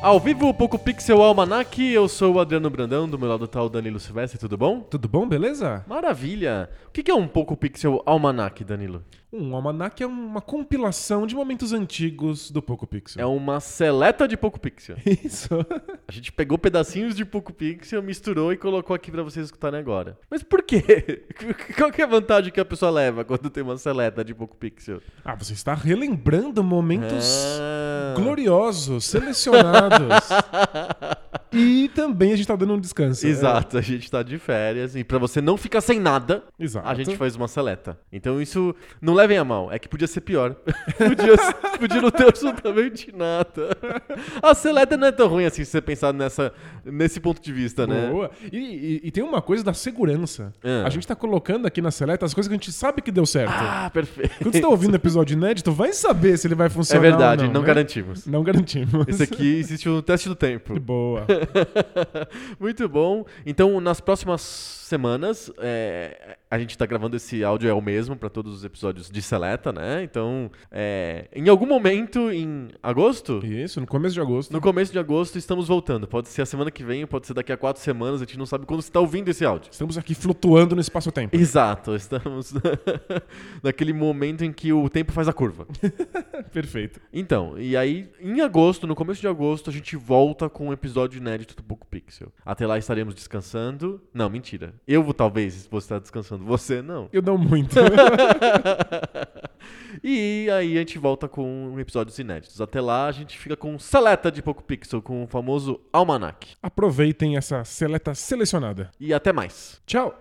Ao vivo, Poco Pixel Almanac, eu sou o Adriano Brandão, do meu lado tá o Danilo Silvestre, tudo bom? Tudo bom, beleza? Maravilha! O que que é um Poco Pixel Almanac, Danilo? Um almanac é uma compilação de momentos antigos do Poco Pixel. É um- uma seleta de Poco Pixel. Isso. A gente pegou pedacinhos de Poco Pixel, misturou e colocou aqui pra vocês escutarem agora. Mas por quê? Qual que é a vantagem que a pessoa leva quando tem uma seleta de Poco Pixel? Ah, você está relembrando momentos Ah. gloriosos, selecionados. e também a gente tá dando um descanso. Exato, a gente tá de férias e pra você não ficar sem nada, É, exato. A gente faz uma seleta. Então isso, não levem a mal, é que podia ser pior. podia, ser- podia não ter absolutamente nada. A seleta não é tão ruim assim se você pensar nessa, nesse ponto de vista, né? Boa. E, e- e tem uma coisa da segurança. Ah. A gente tá colocando aqui na seleta as coisas que a gente sabe que deu certo. Ah, perfeito. Quando você tá ouvindo o episódio inédito, vai saber se ele vai É funcionar. ou verdade, não, né? garantimos. Não garantimos. Esse aqui existe o teste do tempo. Boa. Muito bom. Então, nas próximas semanas, é, a gente tá gravando esse áudio é o mesmo para todos os episódios de Seleta, né? Então, é, em algum momento, em agosto, Isso, no começo de agosto. No começo de agosto estamos voltando. Pode ser a semana que vem, pode ser daqui a quatro semanas, a gente não sabe quando você está ouvindo esse áudio. Estamos aqui flutuando no espaço-tempo. Exato, estamos naquele momento em que o tempo faz a curva. Perfeito. Então, e aí, em agosto, no começo de agosto, a gente volta com um episódio inédito do Poco Pixel. Até lá estaremos descansando. Não, mentira. Eu vou, talvez, você estar descansando. Você não. Eu dou muito. E aí a gente volta com episódios inéditos. Até lá a gente fica com seleta de Poco Pixel, com o famoso almanac. Aproveitem essa seleta selecionada. E até mais. Tchau!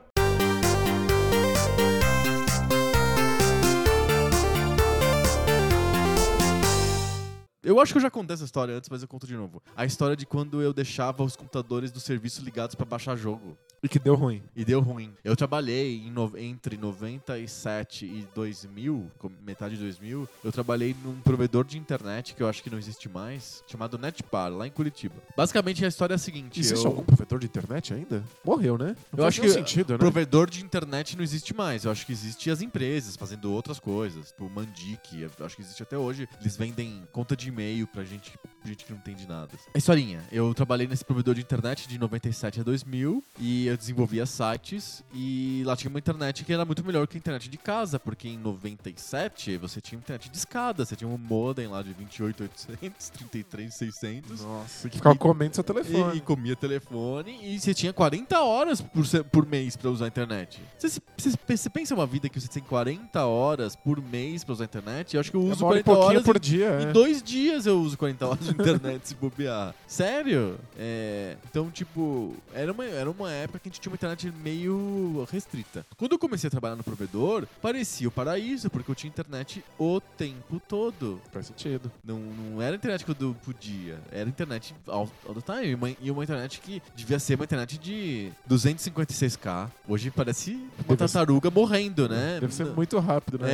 Eu acho que eu já contei essa história antes, mas eu conto de novo. A história de quando eu deixava os computadores do serviço ligados pra baixar jogo. E que deu ruim. E deu ruim. Eu trabalhei em no- entre 97 e 2000, com- metade de 2000, eu trabalhei num provedor de internet que eu acho que não existe mais, chamado Netpar, lá em Curitiba. Basicamente a história é a seguinte, Existe eu... algum um provedor de internet ainda? Morreu, né? Não Eu faz acho nenhum que sentido, né? Provedor de internet não existe mais. Eu acho que existe as empresas fazendo outras coisas. Tipo, Mandic, eu acho que existe até hoje. Eles vendem conta de e-mail pra gente, pra gente que não entende nada. A historinha. Eu trabalhei nesse provedor de internet de 97 a 2000 e eu desenvolvia sites e lá tinha uma internet que era muito melhor que a internet de casa, porque em 97 você tinha internet de escada, você tinha um modem lá de 28800, 33600. Nossa, que ficava comendo seu E, telefone. É e comia telefone e você tinha 40 horas por, se- por mês pra usar a internet. Você, se- você pe- você pensa uma vida que você tem 40 horas por mês pra usar a internet? Eu acho que eu É uso uma hora e 40 pouquinho horas por em- dia. em é. dois dias eu uso 40 horas de internet se bobear. Sério? É, então, tipo, era uma, era uma época que a gente tinha uma internet meio restrita. Quando eu comecei a trabalhar no provedor, parecia o paraíso, porque eu tinha internet o tempo todo. Faz sentido. Não, não era internet quando eu podia. Era internet all, all the time. E uma, e uma internet que devia ser uma internet de 256k. Hoje parece uma Deve tartaruga morrendo, né? Deve ser Não- muito rápido, né?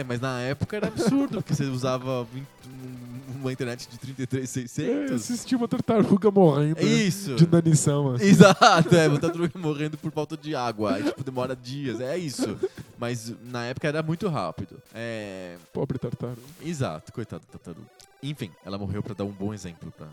É, mas na época era absurdo, porque você usava vinte- um- uma internet de Eu 33600. assisti uma tartaruga morrendo É isso. né? de nanição. assim. Exato, é, uma tartaruga morrendo por falta de água. Aí, tipo, demora dias. É isso. Mas na época era muito rápido. É. Pobre tartaruga. Exato, coitado da tartaruga. Enfim, ela morreu pra dar um bom exemplo pra,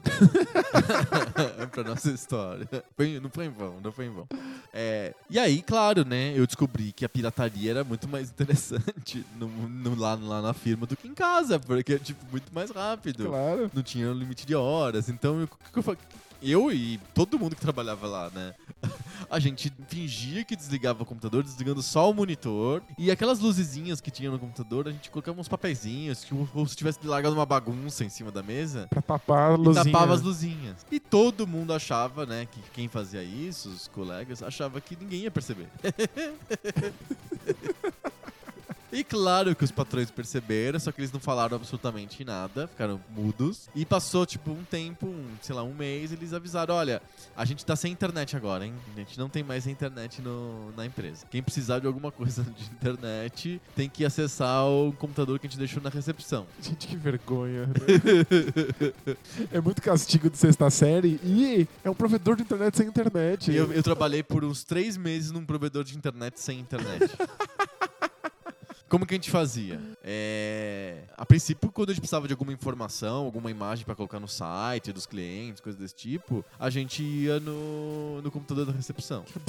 pra nossa história. Foi- não foi em vão, não foi em vão. É, e aí, claro, né, eu descobri que a pirataria era muito mais interessante no, no- lá, lá na firma do que em casa, porque é, tipo, muito mais rápido Claro. não tinha limite de horas. Então, eu, o que que eu, fa- eu e todo mundo que trabalhava lá, né? a gente fingia que desligava o computador, desligando só o monitor. E aquelas luzezinhas que tinha no computador, a gente colocava uns papeizinhos, tipo, como se tivesse largado uma bagunça em cima da mesa. Pra tapar a E luzinha. tapava as luzinhas. E todo mundo achava, né, que quem fazia isso, os colegas, achava que ninguém ia perceber. E claro que os patrões perceberam, só que eles não falaram absolutamente nada, ficaram mudos. E passou, tipo, um tempo, um, sei lá, um mês, eles avisaram: olha, a gente tá sem internet agora, hein? A gente não tem mais internet no, na empresa. Quem precisar de alguma coisa de internet tem que acessar o computador que a gente deixou na recepção. Gente, que vergonha. né? é muito castigo de sexta série e é um provedor de internet sem internet. E eu, eu trabalhei por uns três meses num provedor de internet sem internet. Como que a gente fazia? É, A princípio, quando a gente precisava de alguma informação, alguma imagem pra colocar no site dos clientes, coisas desse tipo, a gente ia no, no computador da recepção.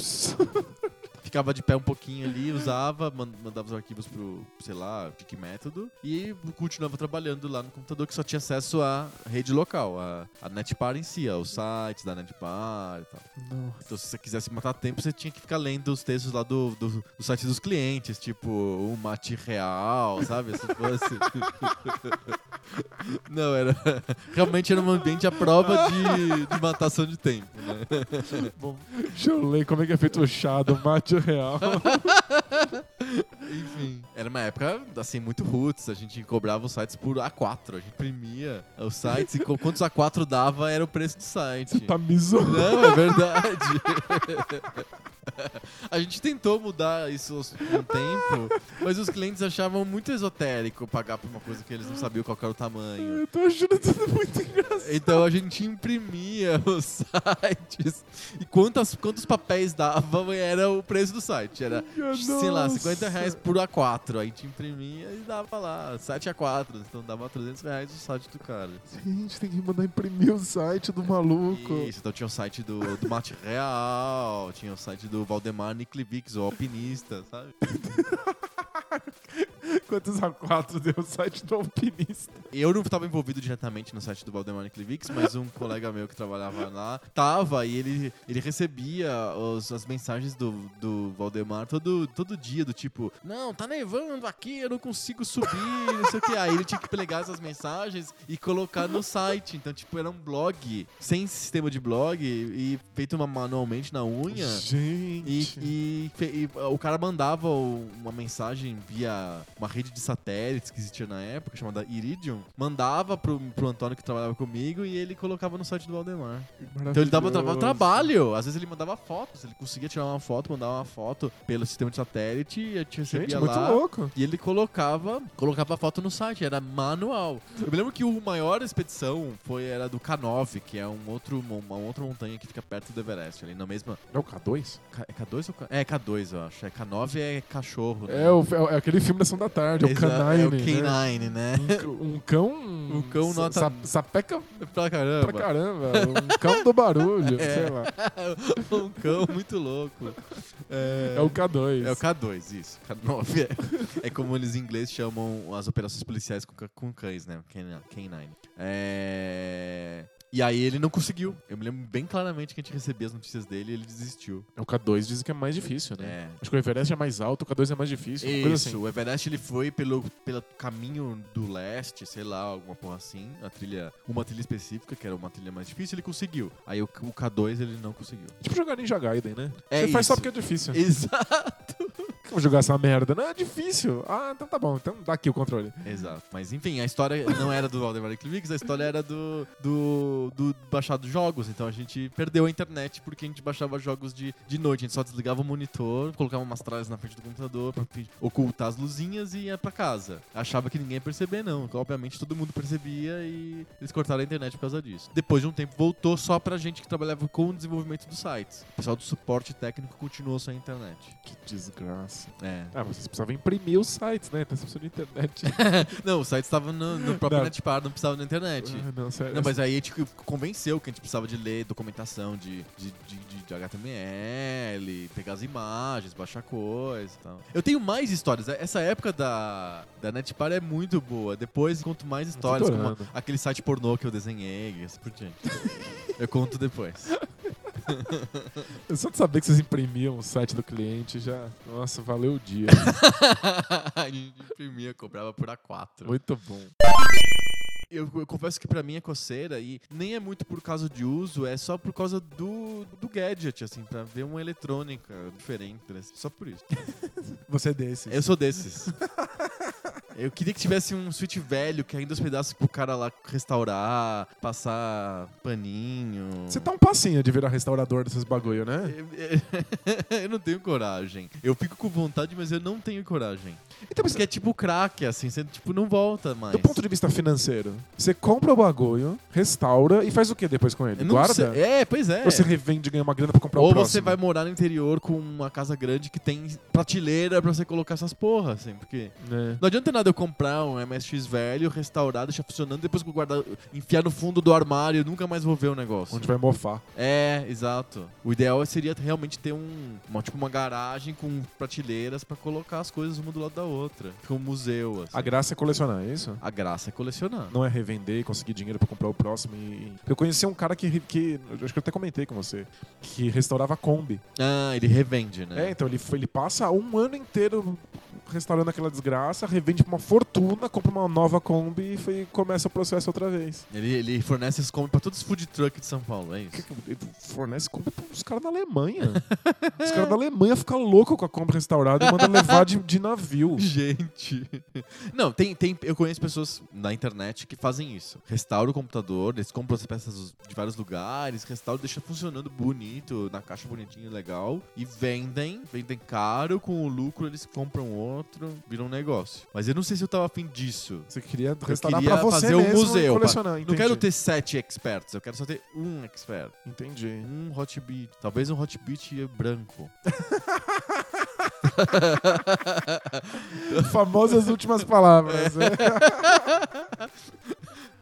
Ficava de pé um pouquinho ali, usava, man- mandava os arquivos pro, sei lá, de que método, e continuava trabalhando lá no computador que só tinha acesso à rede local, à, à Netpar em si, aos sites da Netpar e tal. Não. Então, se você quisesse matar tempo, você tinha que ficar lendo os textos lá do, do, do site dos clientes, tipo, o mate real, sabe? Se fosse. Não, era. Realmente era um ambiente à prova de, de matação de tempo, né? Deixa eu ler como é que é feito o chá do mate real. Enfim. Era uma época, assim, muito roots. A gente cobrava os sites por A4. A gente imprimia os sites e co- quantos A4 dava era o preço do site. tá me zoando. Não, é verdade. A gente tentou mudar isso aos- com o tempo, mas os clientes achavam muito esotérico pagar por uma coisa que eles não sabiam qual que era o tamanho. Eu tô achando tudo muito engraçado. Então a gente imprimia os sites e quantas, quantos papéis dava era o preço do site. Era, sei lá, 50 reais por A4. Aí a gente imprimia e dava lá, 7 A4. Então dava 300 reais o site do cara. Gente, tem que mandar imprimir o site do maluco. Isso, então tinha o site do, do Mate Real, tinha o site do Valdemar Niklivix, o alpinista, sabe? Quantos A4 deu o site do alpinista? Eu não estava envolvido diretamente no site do Valdemar Niklivix, mas um colega meu que trabalhava lá tava e ele, ele recebia os- as mensagens do, do Valdemar todo, todo dia, do tipo, não, tá nevando aqui, eu não consigo subir, não sei o que. Aí ele tinha que pegar essas mensagens e colocar no site. Então, tipo, era um blog sem sistema de blog e feito ma- manualmente na unha. E, Gente. e fe- e, ah, o cara mandava o- uma mensagem via uma rede de satélites que existia na época, chamada Iridium. Mandava pro, pro Antônio que trabalhava comigo e ele colocava no site do Valdemar. Então ele dava tra- Maravilhoso. trabalho. Às vezes ele mandava fotos. Ele conseguia tirar uma foto, mandava uma foto pelo sistema de satélite e a gente recebia Gente, muito lá. louco. E ele colocava, colocava a foto no site, era manual. Eu me lembro que o maior expedição foi era do K9, que é um outro, uma outra montanha que fica perto do Everest, ali na mesma É o K2? K- É K2 ou K... É K2, eu acho. É K9 é cachorro. né? É, o, é, é aquele filme da Sessão da Tarde, é o Exa- Canine. É o K9, né? Um cão. Um cão sa- nota- sa- Sapeca pra pra caramba. caramba. Um cão do barulho. É. Sei lá. um cão muito louco. É, É o K2. É o K2, isso. K9 é, é como eles em inglês chamam as operações policiais com, ca- com cães, né? K- K9. É... E aí ele não conseguiu. Eu me lembro bem claramente que a gente recebia as notícias dele e ele desistiu. É o K2 dizem que é mais difícil, né? É. Acho que o Everest é mais alto, o K2 é mais difícil. uma coisa Isso, assim. o Everest ele foi pelo, pelo caminho do leste, sei lá, alguma porra assim, a trilha, uma trilha específica, que era uma trilha mais difícil, ele conseguiu. Aí o, o K2 ele não conseguiu. Tipo jogar Ninja Gaiden, né? É Você faz só isso. porque é difícil. Exato. Por que eu vou jogar essa merda? Não, é difícil. Ah, então tá bom. Então dá aqui o controle. Exato. Mas enfim, a história não era do Valdemar Clivix, a história era do, do, do baixado jogos. Então a gente perdeu a internet porque a gente baixava jogos de, de noite. A gente só desligava o monitor, colocava umas tralhas na frente do computador pra fi- ocultar as luzinhas e ia pra casa. Achava que ninguém ia perceber, não. Obviamente todo mundo percebia e eles cortaram a internet por causa disso. Depois de um tempo voltou só pra gente que trabalhava com o desenvolvimento dos sites. O pessoal do suporte técnico continuou sem internet. Que desgraça. É. Ah, vocês precisavam imprimir os sites, né? Tá precisando de internet. Não, o site estava no, no próprio Não. Netpar, não precisava da internet. Ah, não, sério. É, Não, mas aí a gente convenceu que a gente precisava de ler documentação de, de, de, de- de HTML, pegar as imagens, baixar coisa e tal. Eu tenho mais histórias. É, Essa época da, da Netpar é muito boa. Depois conto mais histórias, como adorando. aquele site pornô que eu desenhei e assim por diante. Eu conto depois. Só de saber que vocês imprimiam o site do cliente já. Nossa, valeu o dia. a gente imprimia, cobrava por A4. Muito bom. Eu, eu confesso que pra mim é coceira e nem é muito por causa de uso, é só por causa do, do gadget, assim, pra ver uma eletrônica diferente, né? só por isso. Você é desses. Eu sou desses. Eu queria que tivesse um Switch velho que ainda hospedasse pro cara lá restaurar, passar paninho. Você tá um passinho de virar restaurador desses bagulho, né? Eu- eu- Eu não tenho coragem. Eu fico com vontade, mas eu não tenho coragem. Então, mas Porque é tipo crack, assim, você tipo, não volta mais. do ponto de vista financeiro, você compra o bagulho, restaura e faz o que depois com ele? Eu não Guarda? sei- É, pois é. Ou você revende e ganha uma grana pra comprar Ou o você próximo? vai morar no interior com uma casa grande que tem prateleira pra você colocar essas porra, assim, porque. É. Não adianta nada eu comprar um MSX velho, restaurar, deixar funcionando, depois guardar, enfiar no fundo do armário, eu nunca mais vou ver o negócio. Onde vai mofar. É, exato. O ideal é, seria realmente ter um, uma, tipo, uma garagem com prateleiras pra colocar as coisas uma do lado da outra. Fica um museu, assim. A graça é colecionar, é isso? A graça é colecionar. Não é revender e conseguir dinheiro pra comprar o próximo e... Eu conheci um cara que, re- que... eu Acho que eu até comentei com você. Que restaurava Kombi. Ah, ele revende, É, né? então ele, foi- ele passa um ano inteiro restaurando aquela desgraça, revende pra uma fortuna, compra uma nova Kombi e foi- começa o processo outra vez. Ele, ele fornece as compras pra todos os food truck de São Paulo, é Que isso? que- Ele fornece Kombi pros caras da Alemanha. Os caras da Alemanha ficam loucos com a Kombi restaurada e mandam levar de, de navio. Gente. Tipo, Não, tem, tem. Eu conheço pessoas na internet que fazem isso. Restaura o computador, eles compram as peças de vários lugares, restauram, deixa funcionando bonito, na caixa bonitinha, legal. E vendem, vendem caro, com o lucro eles compram outro, viram um negócio. Mas eu não sei se eu tava afim disso. Você queria restaurar queria pra você fazer um mesmo museu, e colecionar. Não entendi. quero ter sete experts, eu quero só ter um expert. Entendi. Um hot beat. Talvez um hot beat branco. Famosas últimas palavras. né?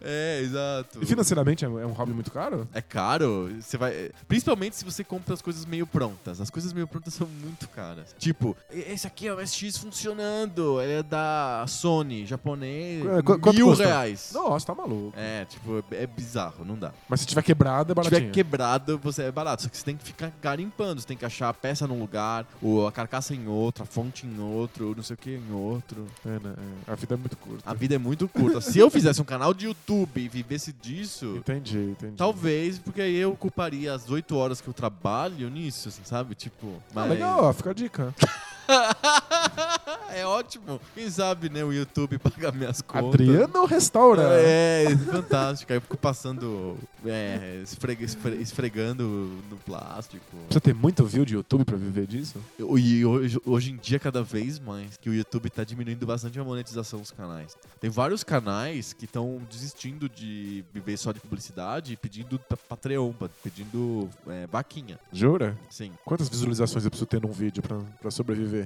É, exato. E financeiramente é um é um hobby muito caro? É caro, você vai. Principalmente se você compra as coisas meio prontas. As coisas meio prontas são muito caras. Tipo, "E- esse aqui é o SX funcionando. Ele é da Sony, japonês. Qu- É, qu- quanto mil custa? reais. Nossa, tá maluco. É, tipo, é é bizarro, não dá. Mas se tiver quebrado, é Se baratinho. tiver quebrado, você é barato. Só que você tem que ficar garimpando. Você tem que achar a peça num lugar, ou a carcaça em outro, a fonte em outro, ou não sei o que em outro. É, né? É. A vida é muito curta. A vida é muito curta. Se eu fizesse um canal de YouTube e vivesse disso, Entendi, entendi. Talvez, porque aí eu ocuparia as 8 horas que eu trabalho nisso, assim, sabe? Tipo, Ah, mas... legal, ó, fica a dica. é ótimo. Quem sabe, né, o YouTube paga minhas contas. Adriano né? Restaura. É, é fantástico. Aí eu fico passando, é, esfrega- esfre- esfregando no plástico. Precisa ter muito view de YouTube pra viver disso? E hoje, hoje em dia, cada vez mais, que o YouTube tá diminuindo bastante a monetização dos canais. Tem vários canais que estão desistindo de viver só de publicidade e pedindo pa- Patreon, pa- pedindo é, vaquinha. Jura? Sim. Quantas visualizações eu preciso ter num vídeo pra, pra sobreviver?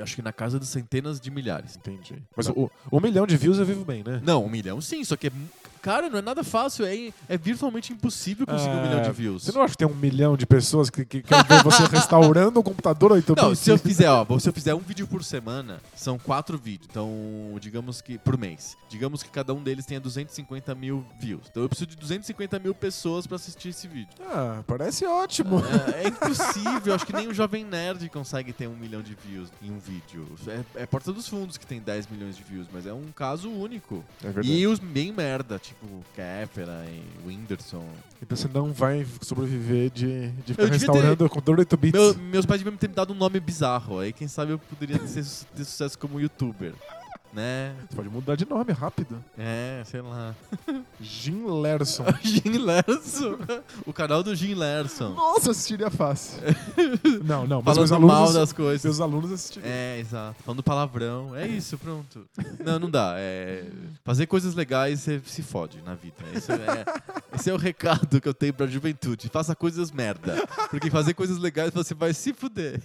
acho que na casa de centenas de milhares. Entendi. Mas o, um milhão de views eu vivo bem, né? Não, um milhão sim, só que é. mu- Cara, não é nada fácil, é, é virtualmente impossível conseguir um É, milhão de views. Você não acha que tem um milhão de pessoas que, que querem ver você restaurando um computador ou então... Não, se eu fizer, ó, se eu fizer um vídeo por semana, são quatro vídeos, então, digamos que, por mês. Digamos que cada um deles tenha 250 mil views. Então eu preciso de 250 mil pessoas pra assistir esse vídeo. Ah, parece ótimo. É, é impossível, acho que nem o Jovem Nerd consegue ter um milhão de views em um vídeo. É, é Porta dos Fundos que tem 10 milhões de views, mas é um caso único. É verdade. E os bem merda, tipo o Kéfera e o Whindersson. Então você não vai sobreviver de, de ficar Eu devia restaurando com 18 bits. Meu- meus pais deviam ter me dado um nome bizarro, aí quem sabe eu poderia ter, su- ter sucesso como youtuber. Né? Você pode mudar de nome rápido. É, sei lá. Jim Lerson. Jim Lerson. O canal do Jim Lerson. Nossa, assistiria fácil. não, não, mas meus Falando alunos, mal das coisas. meus alunos assistiriam. É, exato. Falando palavrão. É isso, pronto. Não, não dá. É, fazer coisas legais, você se fode na vida. Esse é, esse é o recado que eu tenho pra juventude. Faça coisas merda. Porque fazer coisas legais, você vai se fuder.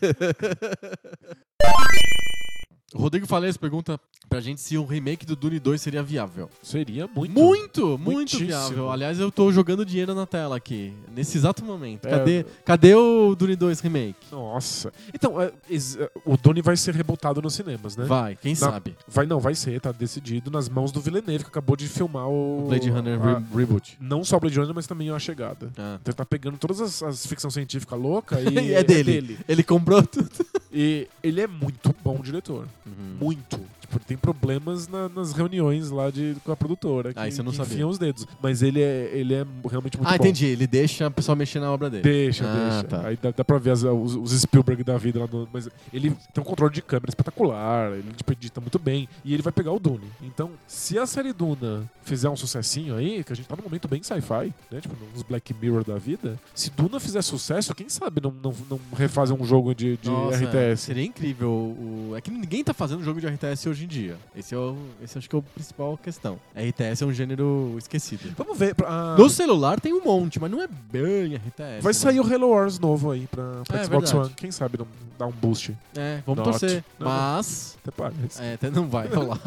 O Rodrigo Fales pergunta pra gente se um remake do Dune 2 seria viável. Seria muito. É. Muito, muito, Muitíssimo. viável. Aliás, eu tô jogando dinheiro na tela aqui, nesse exato momento. É. Cadê, cadê o Dune 2 remake? Nossa. Então, é, ex- é, o Dune vai ser rebotado nos cinemas, né? Vai, quem Na- sabe? Vai, não, vai ser, tá decidido nas mãos do Villeneuve, que acabou de filmar o. Blade Runner a- re- Reboot. Não só Blade Runner, mas também o A Chegada. Ah. Então ele tá pegando todas as, as ficção científica louca E e. é dele. Ele comprou tudo. E ele é muito bom diretor. Muito. Tipo, ele tem problemas na- nas reuniões lá de, com a produtora. Que, Ah, isso eu não que sabia. enfiam os dedos. Mas ele é, ele é realmente muito Ah, bom. entendi. Ele deixa a pessoa mexer na obra dele. Deixa, Ah, deixa. tá. Aí dá, dá pra ver as- os, os Spielberg da vida lá no. Mas ele tem um controle de câmera espetacular, ele tipo, edita muito bem. E ele vai pegar o Dune. Então, se a série Duna fizer um sucessinho aí, que a gente tá num momento bem sci-fi, né? Tipo, nos Black Mirror da vida, se Duna fizer sucesso, quem sabe não, não, não refazer um jogo de, de Nossa, é. RTS. Seria incrível. o- É que ninguém tá fazendo jogo de RTS hoje em dia. Esse é o, esse acho que é o principal questão. RTS é um gênero esquecido. Vamos ver. pra- ah, No celular tem um monte, mas não é bem RTS. vai né? sair o Halo Wars novo aí pra, pra É, Xbox verdade. One. Quem sabe não dá um boost. É, vamos Not. torcer. Não, não. mas. Até parece. É, até não vai rolar.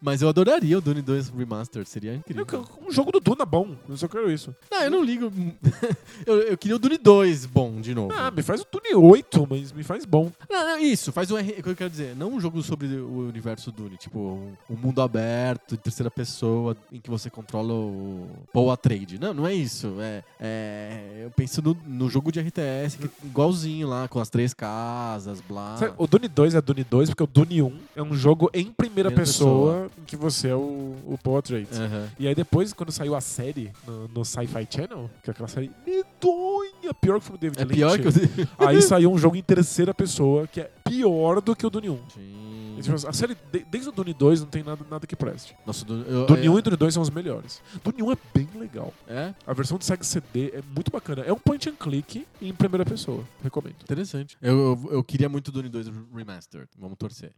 mas eu adoraria o Dune 2 Remastered, seria incrível. Eu quero Um jogo do Duna bom, eu só quero isso. Não, eu não ligo. eu, eu queria o Dune 2 bom de novo. Ah, me faz o Dune 8, mas me faz bom. Não, não, isso, faz um R. O que eu quero dizer? Não um jogo sobre o universo Dune, tipo, um, um mundo aberto, em terceira pessoa, em que você controla o Paul Trade. Não, não é isso. É, é- eu penso no, no jogo de RTS, que, é igualzinho lá, com as três casas, blá. Sabe, o Dune 2 é Dune 2 porque o Dune 1 é um jogo em primeira Primeira É. pessoa, em que você é o, o Paul Atreides. Aham. E aí depois, quando saiu a série no, no Sci-Fi Channel, que é aquela série medonha, pior que o filme do David É Lynch. pior que o. Aí saiu um jogo em terceira pessoa que é pior do que o Dune 1. E, tipo, A série, de- desde o Dune 2 não tem nada, nada que preste. Nossa, Dune, eu, Dune eu- 1 e Dune 2 são os melhores. Dune 1 é bem legal. É? A versão do Sega CD é muito bacana. É um point and click em primeira pessoa. Recomendo. Interessante. Eu, eu, eu queria muito Dune 2 Remastered. Vamos torcer.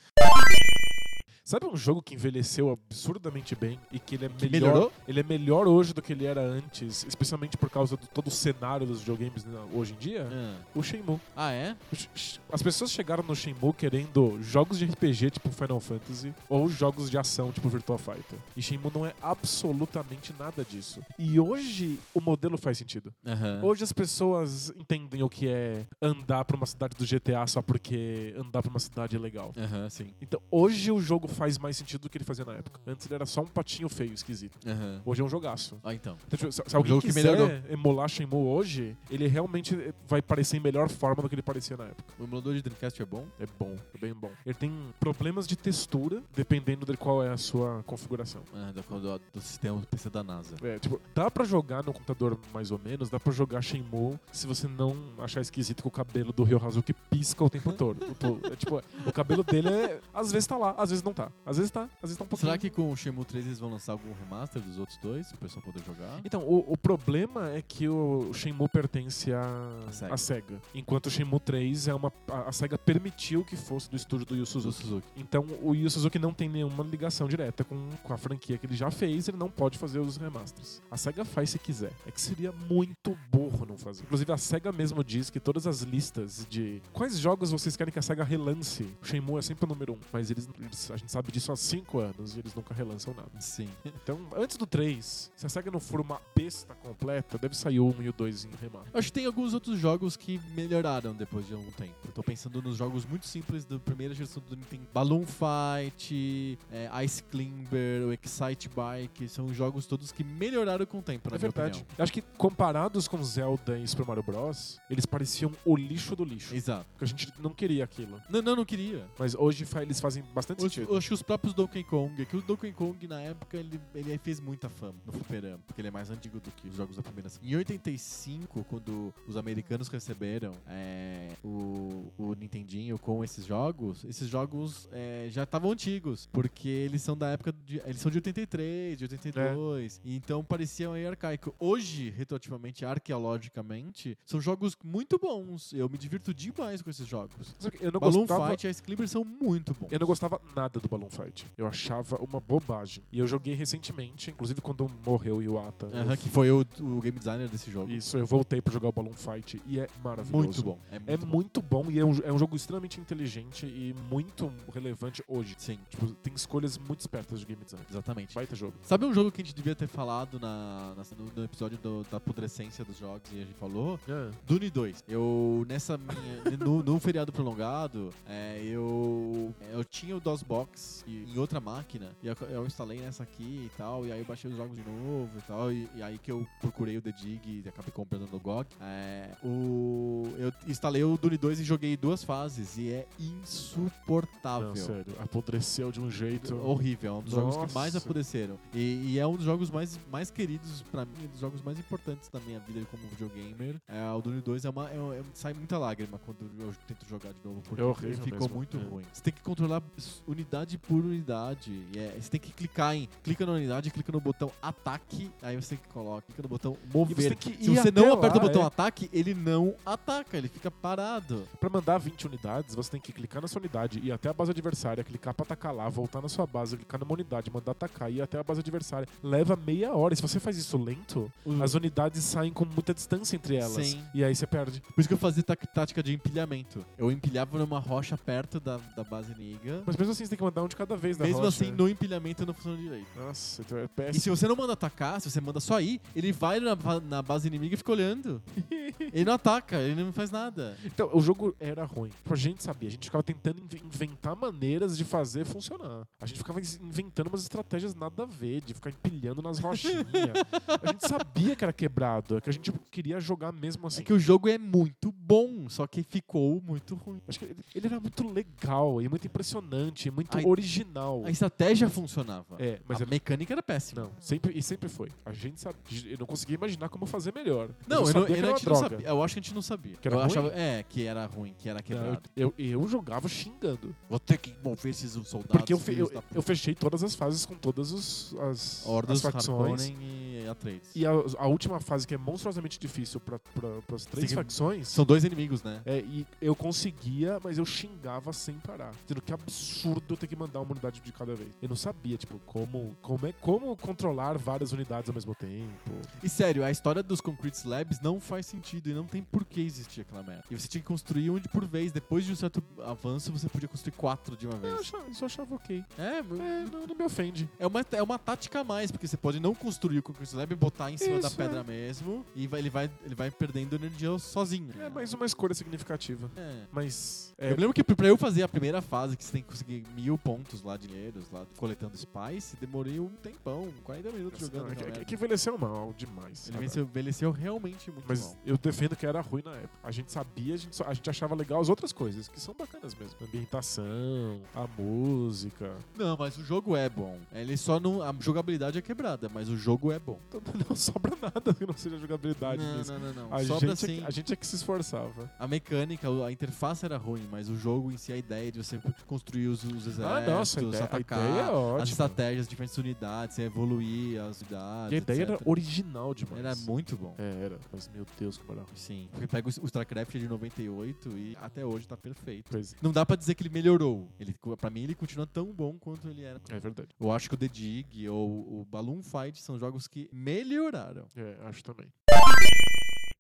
Sabe um jogo que envelheceu absurdamente bem e que ele é melhor, melhorou? ele é melhor hoje do que ele era antes, especialmente por causa de todo o cenário dos videogames né, hoje em dia? É. O Shenmue. Ah, é? O Sh- Sh- As pessoas chegaram no Shenmue querendo jogos de RPG tipo Final Fantasy ou jogos de ação tipo Virtua Fighter. E Shenmue não é absolutamente nada disso. E hoje o modelo faz sentido. Aham. Hoje as pessoas entendem o que é andar pra uma cidade do GTA só porque andar pra uma cidade é legal. Aham, sim. Então, hoje o jogo faz mais sentido do que ele fazia na época. Antes ele era só um patinho feio, esquisito. Aham. Hoje é um jogaço. Ah, então. Então, tipo, se, se alguém jogo que quiser melhorou. emular Shenmue hoje, ele realmente eh, vai parecer em melhor forma do que ele parecia na época. O emulador de Dreamcast é bom? É bom, é bem bom. Ele tem problemas de textura, dependendo de qual é a sua configuração. Ah, do, do, do sistema PC da NASA. É, tipo, dá pra jogar no computador mais ou menos, dá pra jogar Shenmue se você não achar esquisito que o cabelo do Ryo Hazuki pisca o tempo todo. O to- é, tipo, o cabelo dele é, às vezes tá lá, às vezes não tá. Às vezes tá, às vezes tá um pouquinho. Será que com o Shenmue 3 eles vão lançar algum remaster dos outros dois pro pessoal poder jogar? Então, o, o problema é que o Shenmue pertence à A à SEGA. SEGA. Enquanto o Shenmue 3 é uma. A, a SEGA permitiu que fosse do estúdio do Yu Do Suzuki. Suzuki. Então o Yu Suzuki não tem nenhuma ligação direta com, com a franquia que ele já fez, ele não pode fazer os remasters. A SEGA faz se quiser. É que seria muito burro não fazer. Inclusive a SEGA mesmo diz que todas as listas de quais jogos vocês querem que a SEGA relance, o Shenmue é sempre o número um, mas eles, eles- a gente sabe disso há cinco anos e eles nunca relançam nada. Sim. Então, antes do 3, se a SEGA não for uma besta completa, deve sair o 1 e o 2 em remaster. Eu Acho que tem alguns outros jogos que melhoraram depois de algum tempo. Eu tô pensando nos jogos muito simples da primeira geração do Nintendo. Balloon Fight, é, Ice Climber, o Excite Bike. São jogos todos que melhoraram com o tempo, na É minha verdade. opinião. Eu acho que comparados com Zelda e Super Mario Bros, eles pareciam o lixo do lixo. Exato. Porque a gente não queria aquilo. Não, não, não queria. Mas hoje fa- eles fazem bastante Os, sentido. acho que os próprios Donkey Kong, é que o Donkey Kong na época ele, ele fez muita fama no fliperama, porque ele é mais antigo do que os jogos da primeira série. Em 85, quando os americanos receberam é, o, o Nintendinho com esses jogos, esses jogos é, já estavam antigos, porque eles são da época de, eles são de 83, de 82, É. e então parecia meio arcaico. Hoje, retroativamente, arqueologicamente, são jogos muito bons. Eu me divirto demais com esses jogos. Só que Eu não Balloon é gostava. Fight e Ice Climber são muito bons. Eu não gostava nada do Balloon Fight. Eu achava uma bobagem. E eu joguei recentemente, inclusive quando morreu o Iwata. eu Aham, Uhum, que foi o, o game designer desse jogo. Isso, eu voltei pra jogar o Balloon Fight e é maravilhoso. Muito bom. É muito bom e é um, é um jogo extremamente inteligente e muito relevante hoje. Sim, tipo, Tipo, tem escolhas muito espertas de game design. exatamente. Baita jogo. Sabe um jogo que a gente devia ter falado na, na- no, no episódio do- da putrescência dos jogos e a gente falou? Dune 2. Eu, nessa minha. no, no feriado prolongado, é, eu. Eu tinha o DOSBox e- em outra máquina. E eu, eu instalei nessa aqui e tal. E aí eu baixei os jogos de novo e tal. E, e aí que eu procurei o The Dig e acabei comprando no GOG. É, o, eu instalei o Dune 2 e joguei duas fases. E é insuportável. Não, sério. Apodreceu de um jeito. Horrível, é um dos jogos que Nossa. mais apodreceram. E, e é um dos jogos mais, mais queridos pra mim, um dos jogos mais importantes da minha vida como videogamer. É, o Dune 2 é uma, é, um- é um- sai muita lágrima quando eu tento jogar de novo, porque É horrível ele ficou mesmo, muito é. ruim. Você tem que controlar s- unidade por unidade. e é- você tem que clicar em. Clica na unidade, clica no botão ataque, aí você coloca, clica no botão E você mover. tem que ir Se você até não aperta lá, o botão é. ataque, ele não ataca, ele fica parado. Pra mandar 20 unidades, você tem que clicar na sua unidade, ir até a base adversária, clicar pra atacar lá, voltar na sua base, clicar numa unidade, mandar atacar, ir até a base adversária. Leva meia hora. E se você faz isso lento, O- as unidades saem com muita distância entre elas. Hum. Sim. E aí você perde. Por isso que eu fazia tac- tática de empilhamento. Eu empilhava numa rocha perto da, da base inimiga. Mas mesmo assim, você tem que mandar um de cada vez da Mesmo rocha. é. assim, no empilhamento não funciona direito. Nossa, então é E péssimo. se você não manda atacar, se você manda só ir, ele vai na, ba- na base inimiga e fica olhando. ele não ataca, ele não faz nada. Então, o jogo era ruim. Tipo, a gente sabia, a gente ficava tentando inve- inventar maneiras de fazer funcionar. A gente ficava is- inventando umas estratégias nada a ver, de ficar empilhando nas rochinhas. a gente sabia que era quebrado, é que a gente queria jogar mesmo assim. É que o jogo é muito bom, só que ficou muito ruim. Acho que ele, ele era muito legal e muito impressionante, e muito Aí- original. A estratégia funcionava. é, mas a era- mecânica era péssima. Não, sempre, e sempre foi. A gente sabe. Eu não conseguia imaginar como fazer melhor. Mas Não, eu, não, sabia que eu, era não, uma a gente não droga. sabia. Eu acho que a gente não sabia. Que era eu ruim? achava. É, que era ruim, que era Não, quebrado. eu, eu, eu jogava xingando. Vou ter que mover esses soldados. Porque eu, fe- filhos eu- da eu fechei todas as fases com todas os- as, Hordas, as facções. Harkonnen e Atreides. E a, a última fase, que é monstruosamente difícil para as três Sim. facções, São dois inimigos, né? é, e eu conseguia, mas eu xingava sem parar. Dizendo que absurdo eu ter que mandar uma unidade de cada vez. Eu não sabia, tipo, como, como, é, como controlar várias unidades ao mesmo tempo. E sério, a história dos Concrete Slabs não faz sentido e não tem por que existir aquela merda. E você tinha que construir um de por vez. Depois de um certo avanço, você podia construir quatro de uma Eu vez. achava, isso eu achava ok. É, É, não, não me ofende. é uma, é uma tática a mais, porque você pode não construir o Concrete Slab e botar em cima da Isso, pedra é. mesmo. E vai- ele, vai, ele vai perdendo energia sozinho. É mais uma escolha significativa. É. Mas. Eu É, me lembro que pra eu fazer a primeira fase, que você tem que conseguir mil pontos lá, dinheiros lá, coletando spice, demorei um tempão, 40 minutos não, jogando. é, que- aquela é merda. que envelheceu mal demais. Ele sabe? envelheceu, envelheceu realmente muito Mas mal. eu defendo que era ruim na época. A gente sabia, a gente, só- a gente achava legal as outras coisas, que são bacanas mesmo. A ambientação, a música. Não, mas o jogo é bom. Ele só não. A jogabilidade é quebrada, mas o jogo é bom. Então, não sobra nada que não seja jogabilidade não, nisso. não, não, não. A Sobra gente, é que- sim. a gente é que se esforçava. A mecânica, a interface era ruim, mas o jogo em si, a ideia de você construir os, os exércitos, ah, nossa, a ideia, a atacar, ideia é as ótima. estratégias, as diferentes unidades, você evoluir as unidades. E a ideia etc. era original demais. Era muito bom. É, era. Mas, meu Deus, como era ruim. Sim. Porque pega o StarCraft de 98 e até hoje tá perfeito. Pois Não dá pra dizer que ele melhorou. Ele, pra mim, ele continua tão bom quanto ele era. é, é verdade. Eu acho que o The Dig ou o Balloon Fight são jogos que melhoraram. É, acho também.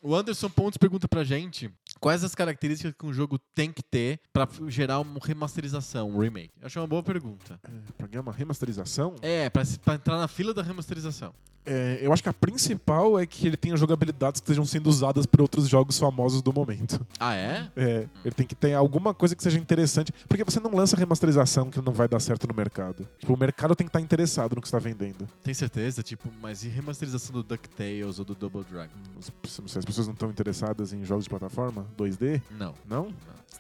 O Anderson Pontes pergunta pra gente quais as características que um jogo tem que ter pra gerar uma remasterização, um remake. Eu Acho uma boa pergunta. É, pra mim é uma remasterização. É, pra, se- pra entrar na fila da remasterização. É, eu acho que a principal é que ele tenha jogabilidades que estejam sendo usadas por outros jogos famosos do momento. Ah, é? É, ele tem que ter alguma coisa que seja interessante. Porque você não lança remasterização que não vai dar certo no mercado. Tipo, o mercado tem que estar interessado no que você está vendendo. Tem certeza? Tipo, mas e remasterização do DuckTales ou do Double Dragon? As- Não sei, as pessoas não estão interessadas em jogos de plataforma 2D? Não. Não?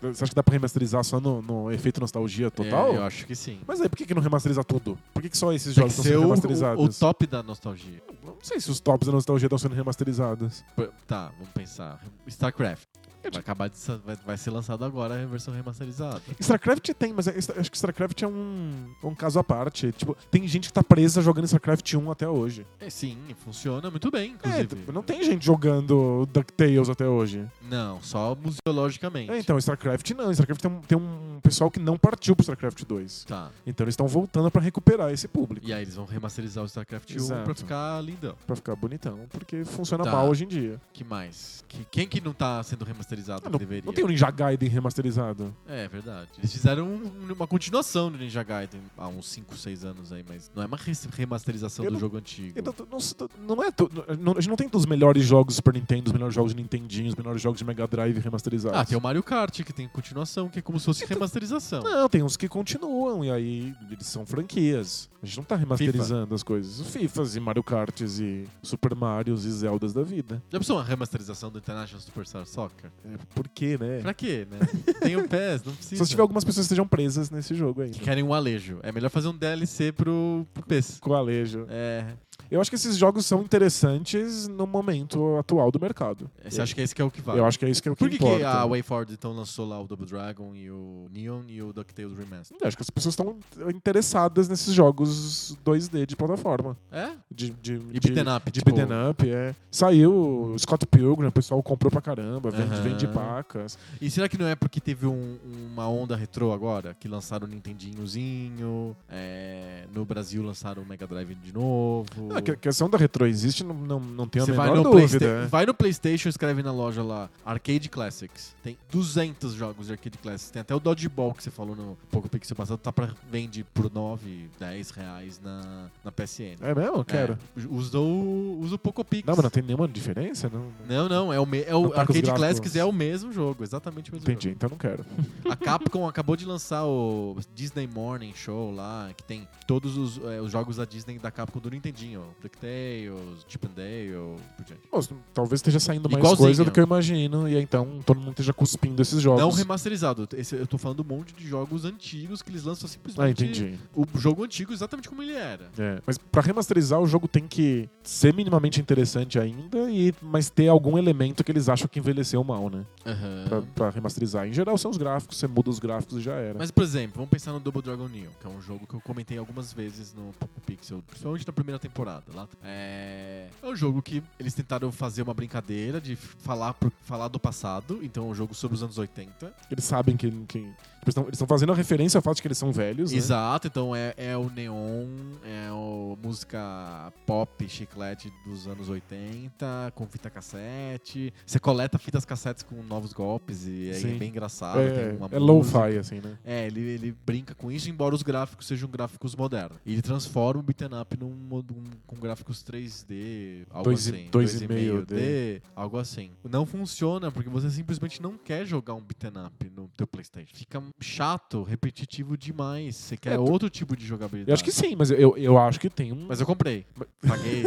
Você acha que dá pra remasterizar só no, no efeito nostalgia total? É, eu acho que sim. Mas aí, por que, que não remasteriza tudo? Por que, que só Tem esses que jogos estão ser sendo o- remasterizados? o, o top da nostalgia. Eu Não sei se os tops da nostalgia estão sendo remasterizados. P- Tá, vamos pensar. StarCraft. Vai acabar de sa- vai, vai ser lançado agora a versão remasterizada. StarCraft tem, mas é- esta- acho que StarCraft é um, um caso à parte. Tipo, tem gente que tá presa jogando StarCraft 1 até hoje. É, sim, funciona muito bem, É, inclusive. tipo, não tem gente jogando DuckTales até hoje. Não, só museologicamente. É, então, StarCraft não. StarCraft tem um, tem um pessoal que não partiu pro StarCraft 2. Tá. Então eles estão voltando pra recuperar esse público. E aí eles vão remasterizar o StarCraft 1 pra Exato. ficar lindão. Pra ficar bonitão, porque funciona Tá. mal hoje em dia. Que mais? Que- quem que não tá sendo remasterizado Ah, que não, deveria? não tem o Ninja Gaiden remasterizado. É verdade. Eles fizeram um- uma continuação do Ninja Gaiden há uns 5, 6 anos aí, mas não é uma res- remasterização Eu do não- jogo antigo. Então, tu- não, se- tu- não é. tu- não- a gente não tem todos os melhores jogos do Super Nintendo, os melhores jogos de Nintendinho, os melhores jogos de Mega Drive remasterizados. Ah, tem o Mario Kart que tem continuação, que é como se fosse Então- remasterização. Não, tem uns que continuam, e aí eles são franquias. A gente não tá remasterizando as coisas. Fifas e Mario Karts e Super Marios e Zeldas da vida. Já pensou uma remasterização do International Superstar Soccer? É, por quê, né? Pra quê, né? tem o PES, não precisa. Só se tiver algumas pessoas que estejam presas nesse jogo aí. Que querem um alejo. É melhor fazer um DLC pro, pro PES. Com o Alejo. É. Eu acho que esses jogos são interessantes no momento atual do mercado. Você acha que esse que é o que vale? Eu acho que é isso que é o que Por que, importa. que a WayForward então lançou lá o Double Dragon e o Neon e o DuckTales Remastered? Eu acho que as pessoas estão interessadas nesses jogos 2D de plataforma. É? De, de, E de- beat'em up, De tipo- beat'em up, é. Saiu o Scott Pilgrim, o pessoal comprou pra caramba, vende, Aham. vende pacas. E será que não é porque teve um- uma onda retrô agora? Que lançaram o Nintendinhozinho, é, no Brasil lançaram o Mega Drive de novo. Não, É que- a questão da retro existe, não, não, não tenho a Ah, Você menor vai no, dúvida. Playsta- é. vai no PlayStation, escreve na loja lá Arcade Classics. Tem 200 jogos de Arcade Classics. Tem até o Dodgeball que você falou no pouco pixel passado, tá pra vende por 9, 10 reais na, na PSN. É mesmo? Quero. É, usa o, usa o Pocopix. Não, mas não tem nenhuma diferença? Não, Não, não, é o, me- é o Não tá com os Arcade gráficos. Classics é o mesmo jogo, exatamente o mesmo entendi, então não quero. jogo. A Capcom acabou de lançar o Disney Morning Show lá, que tem todos os, é, os jogos da Disney da Capcom do Nintendinho. DuckTales, Chip and Dale, por diante. Pô, talvez esteja saindo mais Igualzinho. coisa do que eu imagino, e aí, então todo mundo esteja cuspindo esses jogos. Não remasterizado. Esse- eu tô falando um monte de jogos antigos que eles lançam simplesmente Ah, entendi. o jogo antigo exatamente como ele era. É, Mas pra remasterizar, o jogo tem que ser minimamente interessante ainda, e mas ter algum elemento que eles acham que envelheceu mal, né? Pra, pra remasterizar. Em geral, são os gráficos, você muda os gráficos e já era. Uhum. Mas, por exemplo, vamos pensar no Double Dragon Neo, que é um jogo que eu comentei algumas vezes no Poco Pixel, principalmente na primeira temporada. Lá. É... é um jogo que eles tentaram fazer uma brincadeira de falar, pro- falar do passado, então é um jogo sobre os anos 80. Eles sabem que. que- tipo, eles estão eles estão fazendo a referência ao fato de que eles são velhos. né? Exato, então é, é o neon, é o música pop, chiclete dos anos 80, com fita cassete. Você coleta fitas cassetes com novos golpes e aí é Sim. bem engraçado. tem uma É, é música. low-fi, assim, né? É, ele, ele brinca com isso, embora os gráficos sejam gráficos modernos. E ele transforma o beat'em up num, mod- um- com gráficos 3D, algo Dois e- assim. dois e 2,5D, meio algo assim. Não funciona porque você simplesmente não quer jogar um beat'em up no teu Playstation. Fica chato, repetitivo demais. Você quer É, tu- outro tipo de jogabilidade. Eu acho que sim, mas eu, eu acho que tem um. Mas eu comprei. Paguei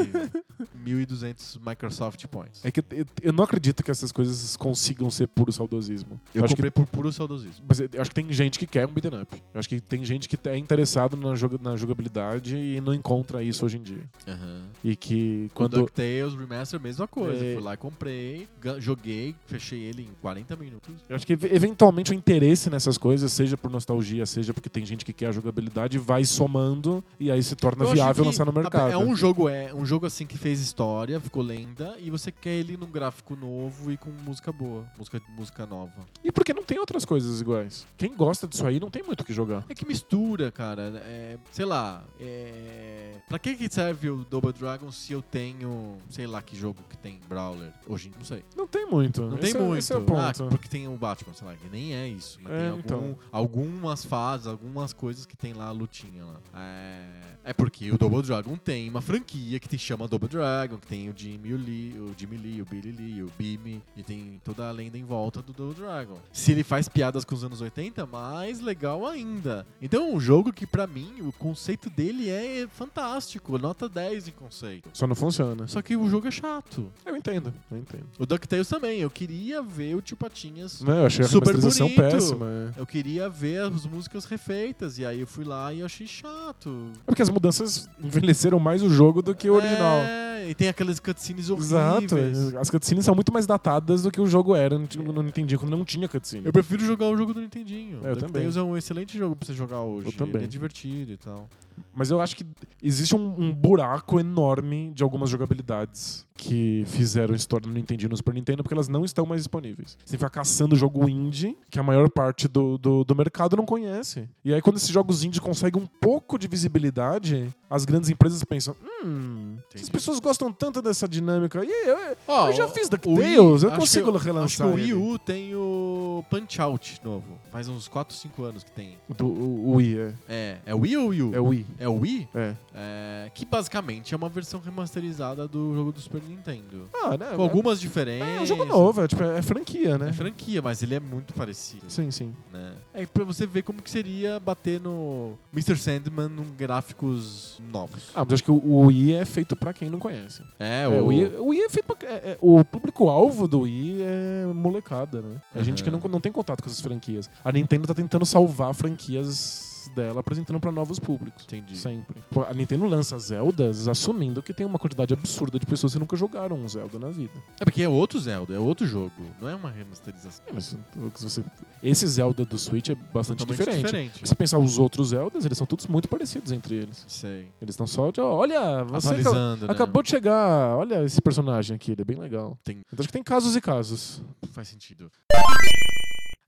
1.200 Microsoft Points. É que eu, eu não acredito que essas coisas consigam ser puro saudosismo. Eu acho comprei por puro saudosismo. que, mas eu acho que tem gente que quer um beat'em up. Eu acho que tem gente que é interessado na, joga- na jogabilidade e não encontra isso hoje em dia. Aham. E que Quando... O quando. DuckTales Remaster, mesma coisa. É. Fui lá, comprei, ga- joguei, fechei ele em 40 minutos. Eu acho que ev- eventualmente o interesse nessas coisas, seja por nostalgia, seja porque tem gente que quer a jogabilidade, vai somando e aí se torna Eu acho viável que lançar no tá- mercado. É um jogo, é um jogo assim que fez história, ficou lenda, e você quer ele num gráfico novo e com música boa, música, música nova. E porque não tem outras coisas iguais. Quem gosta disso aí não tem muito o que jogar. É que mistura, cara. é, sei lá. É, pra que, que serve o Double Dragon se eu tenho, sei lá que jogo que tem Brawler hoje? em- Não sei. Não tem muito. Não Esse tem é- muito. Esse é o Ah, ponto. porque tem o Batman, sei lá, que nem é isso. Mas É, tem algum- então. algumas fases, algumas coisas que tem lá a lutinha lá. É, é porque o Double Dragon tem uma franquia que se chama Double Dragon, que tem o Jimmy o Lee, o Jimmy Lee, o Billy Lee, o Bimmy, e tem toda a lenda em volta do Double Dragon. Se ele faz piadas com os anos 80, mais legal ainda. Então é um jogo que, pra mim, o conceito dele é fantástico. Nota 10 em conceito. Só não funciona. Só que o jogo é chato. Eu entendo, eu entendo. O DuckTales também. Eu queria ver o Tio Patinhas. Não, eu achei a Super remasterização bonito. péssima. é. Eu queria ver as músicas refeitas. E aí eu fui lá e eu achei chato. É porque as mudanças envelheceram mais o jogo do que o original. É, É, e tem aquelas cutscenes horríveis. Exato. é. As cutscenes são muito mais datadas do que o jogo era. Eu não entendi quando não tinha cutscene. Eu prefiro jogar o jogo do Nintendinho. Eu também. Deus é um excelente jogo pra você jogar hoje. Eu também. Ele é divertido e tal. Mas eu acho que existe um, um buraco enorme de algumas jogabilidades que fizeram história no Nintendo e no Super Nintendo, porque elas não estão mais disponíveis. Você fica caçando jogo indie, que a maior parte do, do, do mercado não conhece. E aí, quando esses jogos indie conseguem um pouco de visibilidade, as grandes empresas pensam: hum, Entendi. as pessoas gostam tanto dessa dinâmica. E eu, Ó, eu já o- fiz o Wii- DuckTales, eu acho consigo que eu- relançar. Acho que ele. o Wii U tem o Punch Out novo. Faz uns 4, 5 anos que tem. Do, o, o Wii, é. É, é Wii ou Wii U? É o Wii. É o Wii? É. É, que basicamente é uma versão remasterizada do jogo do Super Nintendo. Ah, né? Com algumas diferenças. É um jogo novo, é, tipo, é franquia, né? É franquia, mas ele é muito parecido. Sim, sim. né? É pra você ver como que seria bater no Mr. Sandman num gráficos novos. Ah, mas acho que o- o Wii é feito pra quem não conhece. é, É, o, Wii, o Wii é feito pra, é- é- O público-alvo do Wii é molecada, né? É gente que não, Aham. não tem contato com essas franquias. A Nintendo tá tentando salvar franquias dela, apresentando pra novos públicos. Entendi. Sempre. Pô, A Nintendo lança Zeldas assumindo que tem uma quantidade absurda de pessoas que nunca jogaram um Zelda na vida. É porque é outro Zelda, é outro jogo. Não é uma remasterização. É, mas o que você- Esse Zelda do Switch é bastante Totalmente diferente. diferente. Se você pensar os outros Zeldas, eles são todos muito parecidos entre eles. Sei. Eles estão só de, ó, olha, você acabou, Atualizando, né? acabou de chegar, olha esse personagem aqui, ele é bem legal. Tem- Então acho que tem casos e casos. Faz sentido.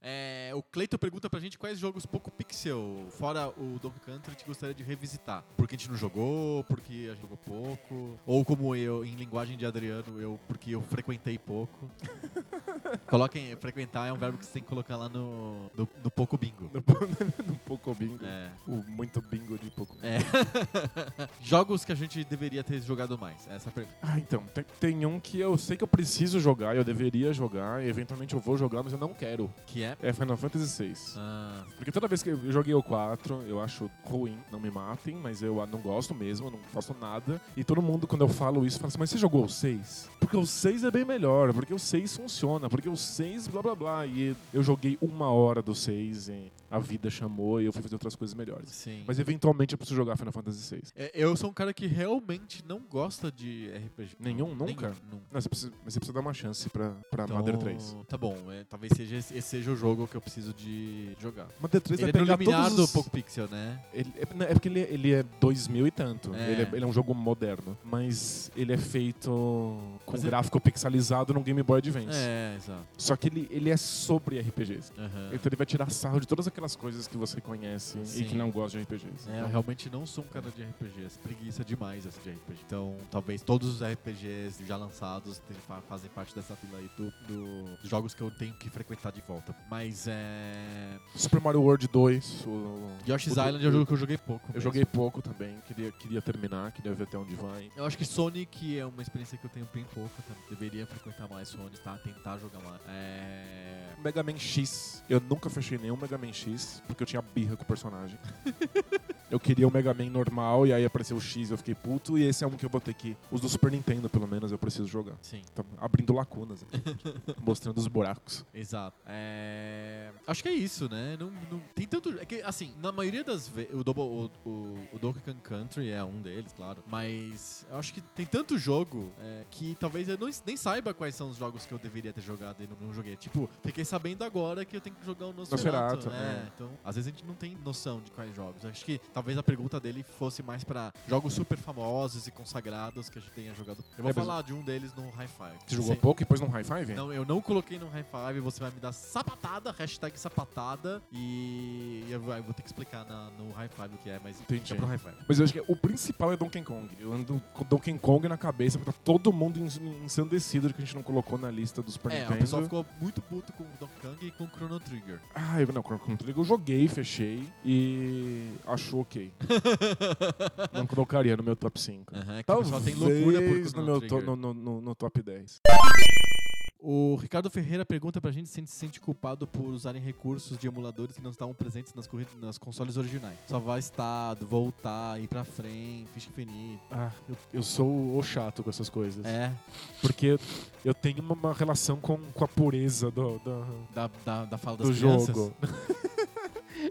É, o Cleiton pergunta pra gente quais jogos pouco pixel, fora o Donkey Country, te gostaria de revisitar. Porque a gente não jogou, porque a gente jogou pouco. Ou como eu, em linguagem de Adriano, eu porque eu frequentei pouco. Coloquem, frequentar é um verbo que você tem que colocar lá no, no, no Poco Bingo. no Poco Bingo. É. O muito bingo de Poco é. jogos que a gente deveria ter jogado mais. Essa é a pergunta. Ah, então. Tem, tem um que eu sei que eu preciso jogar, eu deveria jogar, e eventualmente eu vou jogar, mas eu não quero. Que é. É Final Fantasy VI. Ah, Porque toda vez que eu joguei o 4, eu acho ruim, não me matem, mas eu ah, não gosto mesmo, eu não faço nada. E todo mundo, quando eu falo isso, fala assim, mas você jogou o 6? Porque o 6 é bem melhor, porque o 6 funciona, porque o 6 blá blá blá. E eu joguei uma hora do 6 e a vida chamou e eu fui fazer outras coisas melhores. sim. Mas eventualmente eu preciso jogar Final Fantasy VI. É, Eu sou um cara que realmente não gosta de RPG. Nenhum? Nunca? Nunca. Não, você precisa, mas você precisa dar uma chance pra, pra Então, Mother 3. Tá bom, é, talvez seja esse, esse seja o jogo que eu preciso de jogar. Mother 3 Ele é vai pegar preliminar todos do os... Poco Pixel, né? Ele- é, não, é porque ele, ele é 2000 e tanto. É. Ele, é, ele é um jogo moderno. Mas ele é feito com Mas é- gráfico pixelizado num Game Boy Advance. É, exato. Só que ele, ele é sobre RPGs. Aham. Então ele vai tirar sarro de todas aquelas coisas que você conhece Sim. e que não gosta de RPGs. É, eu realmente não sou um cara de RPG, essa preguiça demais essa de RPG. Então, talvez todos os RPGs já lançados te- fa- fazem parte dessa fila aí do, do- dos jogos que eu tenho que frequentar de volta. Mas é. Super Mario World 2. o- Yoshi's o do- Island é um jogo que eu joguei pouco. Eu mesmo. joguei pouco também. Queria, queria terminar, queria ver até onde vai. Eu acho que Sonic é uma experiência que eu tenho bem pouca, tá? deveria frequentar mais Sonic, tá? Tentar jogar mais. É... Mega Man X. Eu nunca fechei nenhum Mega Man X porque eu tinha birra com o personagem. eu queria o Mega Man normal e aí apareceu o X e eu fiquei puto. E esse é um que eu vou ter que. Os do Super Nintendo, pelo menos, eu preciso jogar. Sim. Tá abrindo lacunas, aqui, mostrando os buracos. Exato. É, Acho que é isso, né? Não, não- Tem tanto. É que, assim, na maioria das vezes. O, Double- o, o, o Donkey Kong Country é um deles, claro. Mas eu acho que tem tanto jogo é, que talvez eu não, nem saiba quais são os jogos que eu deveria ter jogado e não, não joguei. Tipo, fiquei sabendo agora que eu tenho que jogar o Nosferatu. Nosferatu, né? é. Então, às vezes a gente não tem noção de quais jogos. Acho que talvez a pergunta dele fosse mais pra jogos super famosos e consagrados que a gente tenha jogado. Eu vou É, mas- falar de um deles no High Five. Você jogou Sim. pouco e pôs num high five? Não, eu não coloquei no high five, você vai me dar sapatada, hashtag sapatada, e eu vou, eu vou ter que explicar na- no high five o que é, mas Entendi. fica pro high five. Mas eu acho que o principal é Donkey Kong. Eu ando com Donkey Kong na cabeça, porque tá todo mundo ens- ensandecido de que a gente não colocou na lista do Super É, o pessoal Nintendo. ficou muito puto com o Donkey Kong e com o Chrono Trigger. Ah, eu não, Chrono Trigger eu joguei, fechei e acho ok. não colocaria no meu top 5. Aham, que o Talvez pessoal tem loucura por no, Chrono meu to- Trigger. no, no- no- no top 10. O Ricardo Ferreira pergunta pra gente se a gente se sente culpado por usarem recursos de emuladores que não estavam presentes nas, corri- nas consoles originais. Só vai estado, voltar, ir pra frente, ficha infinita. Ah, eu, eu sou o chato com essas coisas. É, Porque eu tenho uma, uma relação com, com a pureza do, do, da, da, da fala das do crianças. jogo.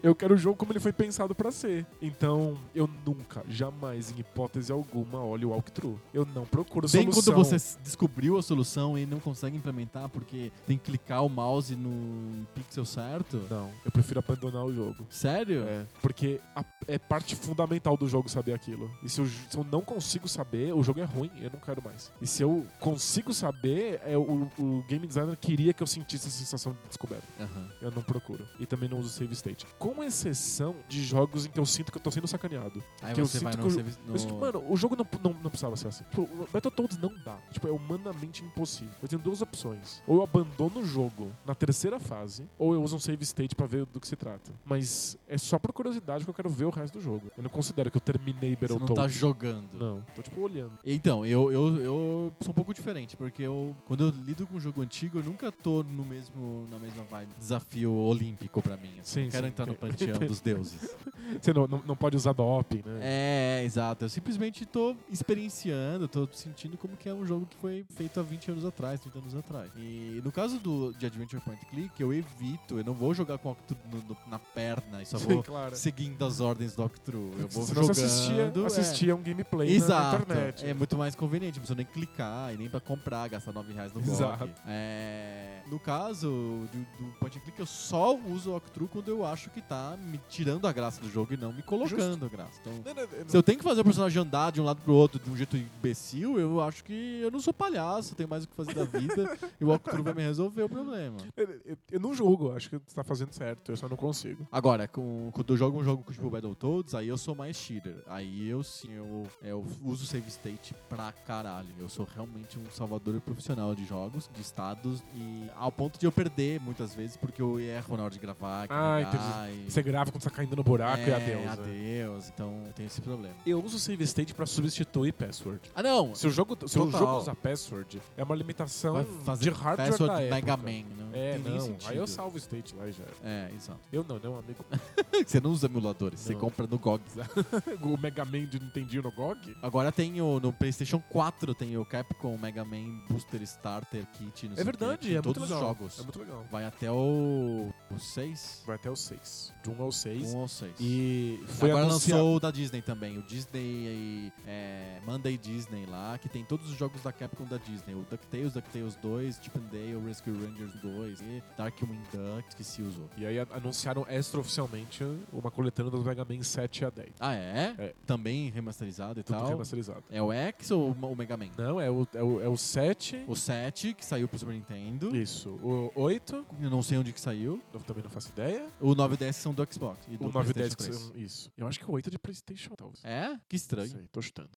Eu quero o jogo como ele foi pensado pra ser. Então, eu nunca, jamais, em hipótese alguma, olho o walkthrough. Eu não procuro Bem solução. quando você s- descobriu a solução e não consegue implementar porque tem que clicar o mouse no pixel certo? Não, eu prefiro abandonar o jogo. Sério? É, porque a- é parte fundamental do jogo saber aquilo. E se eu, j- se eu não consigo saber, o jogo é ruim, eu não quero mais. E se eu consigo saber, é, o, o game designer queria que eu sentisse a sensação de descoberta. Aham. Eu não procuro. E também não uso save state. Com exceção de jogos em que eu sinto que eu tô sendo sacaneado. Aí Que eu você vai sinto no, que servi- Eu sinto, no- mano, o jogo não, não, não precisava ser assim. Tipo, o Battletoads não dá. Tipo, é humanamente impossível. Eu tenho duas opções. Ou eu abandono o jogo na terceira fase, ou eu uso um save state pra ver do que se trata. Mas é só por curiosidade que eu quero ver o resto do jogo. Eu não considero que eu terminei Você não tá Battletoads. jogando. Não, tô tipo olhando. Então, eu, eu, eu sou um pouco diferente, porque eu, quando eu lido com um jogo antigo, eu nunca tô no mesmo, na mesma vibe. Desafio olímpico pra mim. assim. Sim, não quero sim, entrar no entendo. panteão dos deuses. Você não, não, não pode usar doping, né? É, é, exato. Eu simplesmente tô experienciando, tô sentindo como que é um jogo que foi feito há 20 anos atrás, 30 anos atrás. E no caso do, de Adventure Point and Click, eu evito, eu não vou jogar com o Octo no- no- na perna e só Sim, vou Tipo, claro. seguindo as ordens do Octru. Eu vou Senão jogando... você assistia, é. assistia um gameplay na- Exato. na internet. É muito mais conveniente, não precisa nem clicar e nem pra comprar, gastar 9 reais no Exato. blog. É, no caso do, do point and click, eu só uso o Octru quando eu acho que tá me tirando a graça do jogo e não me colocando a graça. Então, Não, não, não. se eu tenho que fazer o personagem andar de um lado pro outro de um jeito imbecil, eu acho que eu não sou palhaço, eu tenho mais o que fazer da vida e o Octru vai me resolver o problema. Eu- eu- eu não julgo, acho que você tá fazendo certo, eu só não consigo. Agora, com, quando eu jogo um jogo tipo Battletoads, aí eu sou mais cheater. Aí eu sim, eu, é, eu uso save state pra caralho. Eu sou realmente um salvador profissional de jogos, de estados, e ao ponto de eu perder muitas vezes, porque eu erro na hora de gravar. Ah, carregar, e- Você grava quando você tá caindo no buraco e É, adeus. né? Adeus, então eu tenho esse problema. Eu uso save state pra substituir password. Ah, não! Se o jogo, se o Total. jogo usar password, é uma limitação Vai de hardware password da época. Mega Man, não tá É, tem nem não. sentido. Aí eu salvo o state lá e já. É, exato. Eu não, né? Um amigo. É, Você não usa emuladores, você Não. compra no GOG. o Mega Man de Nintendinho no GOG? Agora tem o, no PlayStation 4 tem o Capcom Mega Man Booster Starter Kit. Não sei É o quê, verdade, tem é muito todos legal. os jogos. É muito legal. Vai até o, o 6? Vai até o 6. De 1 ao 6. 1 ou 6. E foi Agora anunciado. lançou o da Disney também, o Disney é, Monday Disney lá, que tem todos os jogos da Capcom da Disney. O DuckTales, DuckTales 2, Chip and Dale, Rescue Rangers 2 e Darkwing Duck, esqueci os outros. E aí a- anunciaram extraoficialmente uma coletânea dos Mega Man 7 a 10. Ah, é? É. Também remasterizado e Tudo tal. remasterizado. É o X ou o Mega Man? Não, é o, é o, é o 7. O 7, que saiu pro Super Nintendo. Isso. O 8. Eu não sei onde que saiu. Eu também não faço ideia. O 9 e 10 são do Xbox. E do O 9 e 10 PlayStation que 3. são. Isso. Eu acho que o 8 é de PlayStation, talvez. É? Que Não estranho. sei, tô chutando.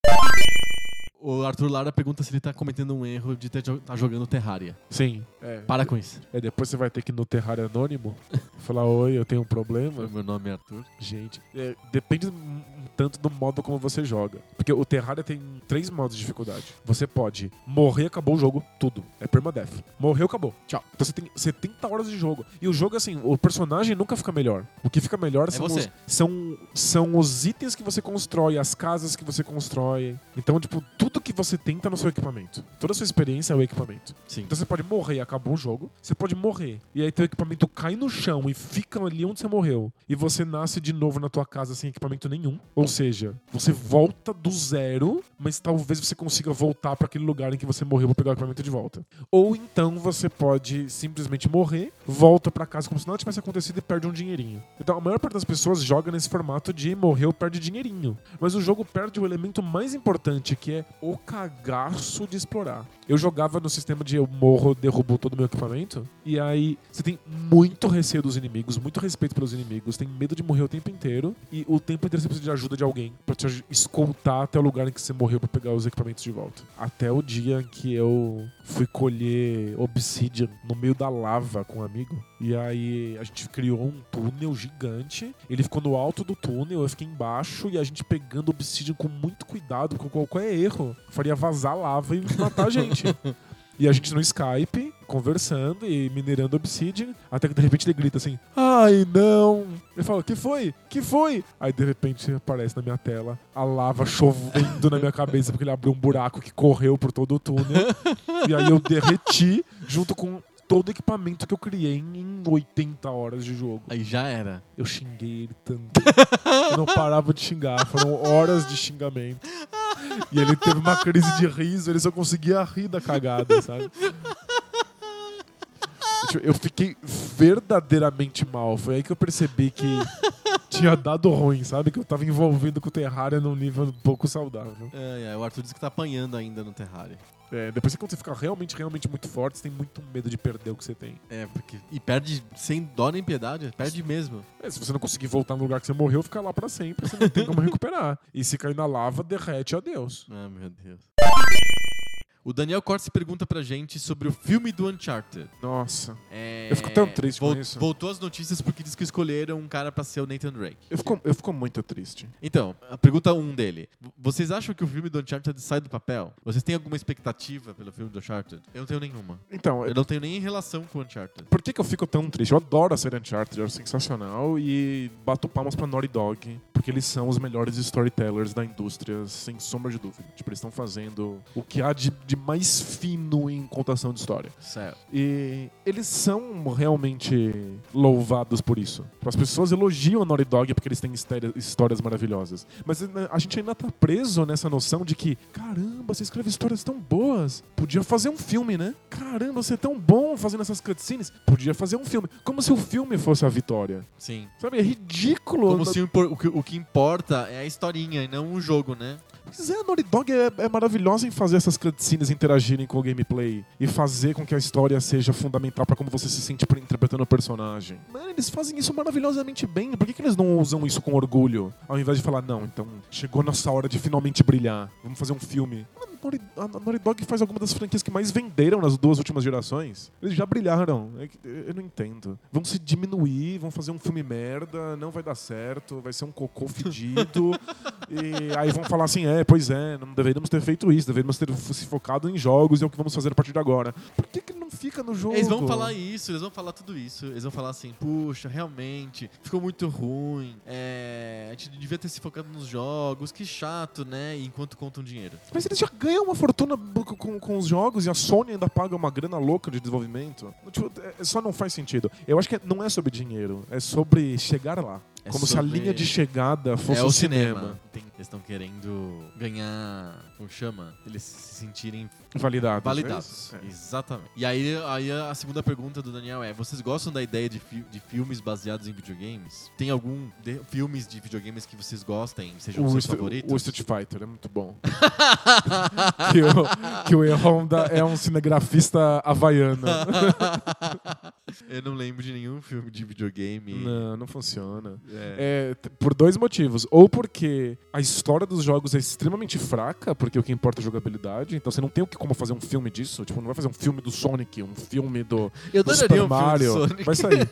O Arthur Lara pergunta se ele tá cometendo um erro de estar jogando Terraria. Sim. É. Para com isso. É, depois você vai ter que ir no Terraria Anônimo falar: Oi, eu tenho um problema. Meu nome é Arthur. Gente, é, depende um- um tanto do modo como você joga. Porque o Terraria tem três modos de dificuldade. Você pode morrer, acabou o jogo, tudo. É permadeath. Morreu, acabou. Tchau. Então você tem 70 horas de jogo. E o jogo, assim, o personagem nunca fica melhor. O que fica melhor É são, você. os, são, são os itens que você constrói, as casas que você constrói. Então, tipo, tudo que você tem tá no seu equipamento. Toda a sua experiência é o equipamento. Sim. Então você pode morrer e acabou o jogo. Você pode morrer. E aí teu equipamento cai no chão e fica ali onde você morreu. E você nasce de novo na tua casa sem equipamento nenhum. Ou seja, você volta do zero, mas talvez você consiga voltar pra aquele lugar em que você morreu pra pegar o equipamento de volta. Ou então você pode simplesmente morrer, volta pra casa como se nada tivesse acontecido e perde um dinheirinho. Então a maior parte das pessoas joga nesse formato de morreu, perde dinheirinho. Mas o jogo perde o elemento mais importante, que é o cagaço de explorar. Eu jogava no sistema de eu morro, derrubo todo o meu equipamento, e aí você tem muito receio dos inimigos, muito respeito pelos inimigos, tem medo de morrer o tempo inteiro, e o tempo inteiro você precisa de ajuda de alguém pra te aj- escoltar até o lugar em que você morreu pra pegar os equipamentos de volta. Até o dia em que eu fui colher obsidian no meio da lava com um amigo, e aí a gente criou um túnel gigante, ele ficou no alto do túnel, eu fiquei embaixo, e a gente pegando obsidian com muito cuidado, porque qualquer erro faria vazar lava e matar a gente. E a gente no Skype, conversando e minerando Obsidian, até que de repente ele grita assim: Ai não! Eu falo: Que foi? Que foi? Aí de repente aparece na minha tela a lava chovendo na minha cabeça, porque ele abriu um buraco que correu por todo o túnel. e aí eu derreti junto com todo o equipamento que eu criei em 80 horas de jogo. Aí já era. Eu xinguei ele tanto. eu não parava de xingar. Foram horas de xingamento. E ele teve uma crise de riso, ele só conseguia rir da cagada, sabe? Tipo, Eu fiquei verdadeiramente mal. Foi aí que eu percebi que tinha dado ruim, sabe? Que eu tava envolvido com o Terraria num nível um pouco saudável. É, é, o Arthur diz que tá apanhando ainda no Terraria. É, depois que quando você fica realmente, realmente muito forte, você tem muito medo de perder o que você tem. É, porque. E perde sem dó nem piedade, perde mesmo. É, se você não conseguir voltar no lugar que você morreu, fica lá pra sempre, você não tem como recuperar. E se cair na lava, derrete, adeus. Ah, meu Deus. O Daniel Cortes pergunta pra gente sobre o filme do Uncharted. Nossa. É, Eu fico tão triste com Tipo isso. Tipo Voltou as notícias porque diz que escolheram um cara pra ser o Nathan Drake. Eu fico, eu fico muito triste. Então, a pergunta 1 um dele. V- Vocês acham que o filme do Uncharted sai do papel? Vocês têm alguma expectativa pelo filme do Uncharted? Eu não tenho nenhuma. Então, Eu não tenho nem relação com o Uncharted. Por que, que eu fico tão triste? Eu adoro a série Uncharted, é sensacional e bato palmas pra Naughty Dog, porque eles são os melhores storytellers da indústria, sem sombra de dúvida. Tipo, eles estão fazendo o que há de, de mais fino em contação de história. Certo. E eles são realmente louvados por isso. As pessoas elogiam a Naughty Dog porque eles têm histéria- histórias maravilhosas. Mas eh, a gente ainda tá preso nessa noção de que, caramba, você escreve histórias tão boas. Podia fazer um filme, né? Caramba, você é tão bom fazendo essas cutscenes. Podia fazer um filme. Como se o filme fosse a vitória. Sim. Sabe? É ridículo. Como se o impor- o que, o que importa é a historinha e não o jogo, né? Pois é, a Naughty Dog é, é maravilhosa em fazer essas cutscenes interagirem com o gameplay e fazer com que a história seja fundamental pra como você se sente pre- interpretando o personagem. Mano, eles fazem isso maravilhosamente bem. Por que, que eles não usam isso com orgulho? Ao invés de falar, não, então chegou nossa hora de finalmente brilhar, vamos fazer um filme. Mano, a Naughty- A a Naughty Dog faz alguma das franquias que mais venderam nas duas últimas gerações. Eles já brilharam. É que- Eu não entendo. Vão se diminuir, vão fazer um filme merda, não vai dar certo, vai ser um cocô fedido. E aí vão falar assim: é, pois é, não deveríamos ter feito isso, deveríamos ter se focado em jogos e é o que vamos fazer a partir de agora. Por que, que não fica no jogo? Eles vão falar isso, eles vão falar tudo isso. Eles vão falar assim, puxa, realmente, ficou muito ruim. é, a gente devia ter se focado nos jogos, que chato, né? Enquanto contam dinheiro. Mas eles já ganham uma fortuna b- com- com, com os jogos e a Sony ainda paga uma grana louca de desenvolvimento. Tipo, é- só não faz sentido. Eu acho que não é sobre dinheiro, é sobre chegar lá. É Como se a sobre- linha de chegada fosse é o cinema. Tem- eles estão querendo ganhar, como chama? Eles se sentirem Validado. É validados. Exatamente. E aí, aí a segunda pergunta do Daniel é: vocês gostam da ideia de, fi- de filmes baseados em videogames? Tem algum de- filmes de videogames que vocês gostem, sejam O, seus St- favoritos? o Street Fighter é muito bom. que, o, que o E. Honda é um cinegrafista havaiano. Eu não lembro de nenhum filme de videogame. Não, não funciona. É. É, t- por dois motivos. Ou porque a história dos jogos é extremamente fraca, porque o que importa é a jogabilidade. Então você não tem o que como fazer um filme disso. Tipo, não vai fazer um filme do Sonic, um filme do, Eu do adoraria Super um filme Mario. do Sonic. Vai sair.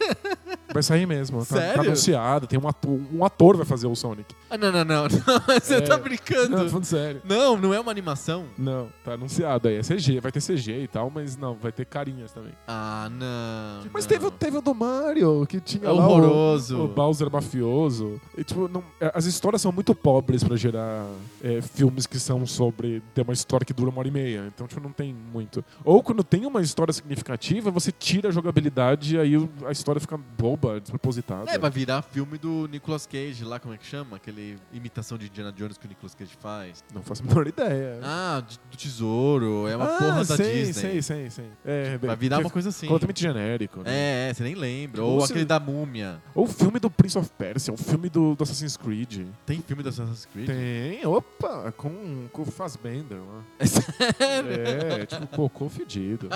Vai sair mesmo. Tá, tá Sério? anunciado. Tem um ator, um ator vai fazer o Sonic. Ah, não, não, não. não, Você É. tá Não, brincando. falando sério. Não, não é uma animação? Não, tá anunciado aí. É CG, vai ter CG e tal, mas não, vai ter carinhas também. Ah, não. Mas não. teve, o- teve o do Mario, que tinha É lá o- horroroso. O Bowser é mafioso. E, tipo, não- é, as histórias são muito pobres pra gerar é, filmes que são sobre ter uma história que dura uma hora e meia. Então, tipo, não tem muito. Ou quando tem uma história significativa, você tira a jogabilidade e aí o- a história fica boba, despropositada. É, vai virar filme do Nicolas Cage lá, como é que chama? Aquele imitação de Indiana Jones que o Nicolas Cage faz. Não faço a menor ideia. Ah, de- do tesouro, é uma É. Ah, porra da sei, Disney. Sei, sei, sei. É, Vai virar bem, que- Tipo, uma coisa assim. Completamente genérico. né? É, é, você nem lembra. Ou Ou se- aquele da múmia. Ou o filme do Prince of Persia, o filme do, do Assassin's Creed. Tem filme da Assassin's Creed? Tem, opa, com, com o Fassbender lá. É sério? É, tipo cocô fedido.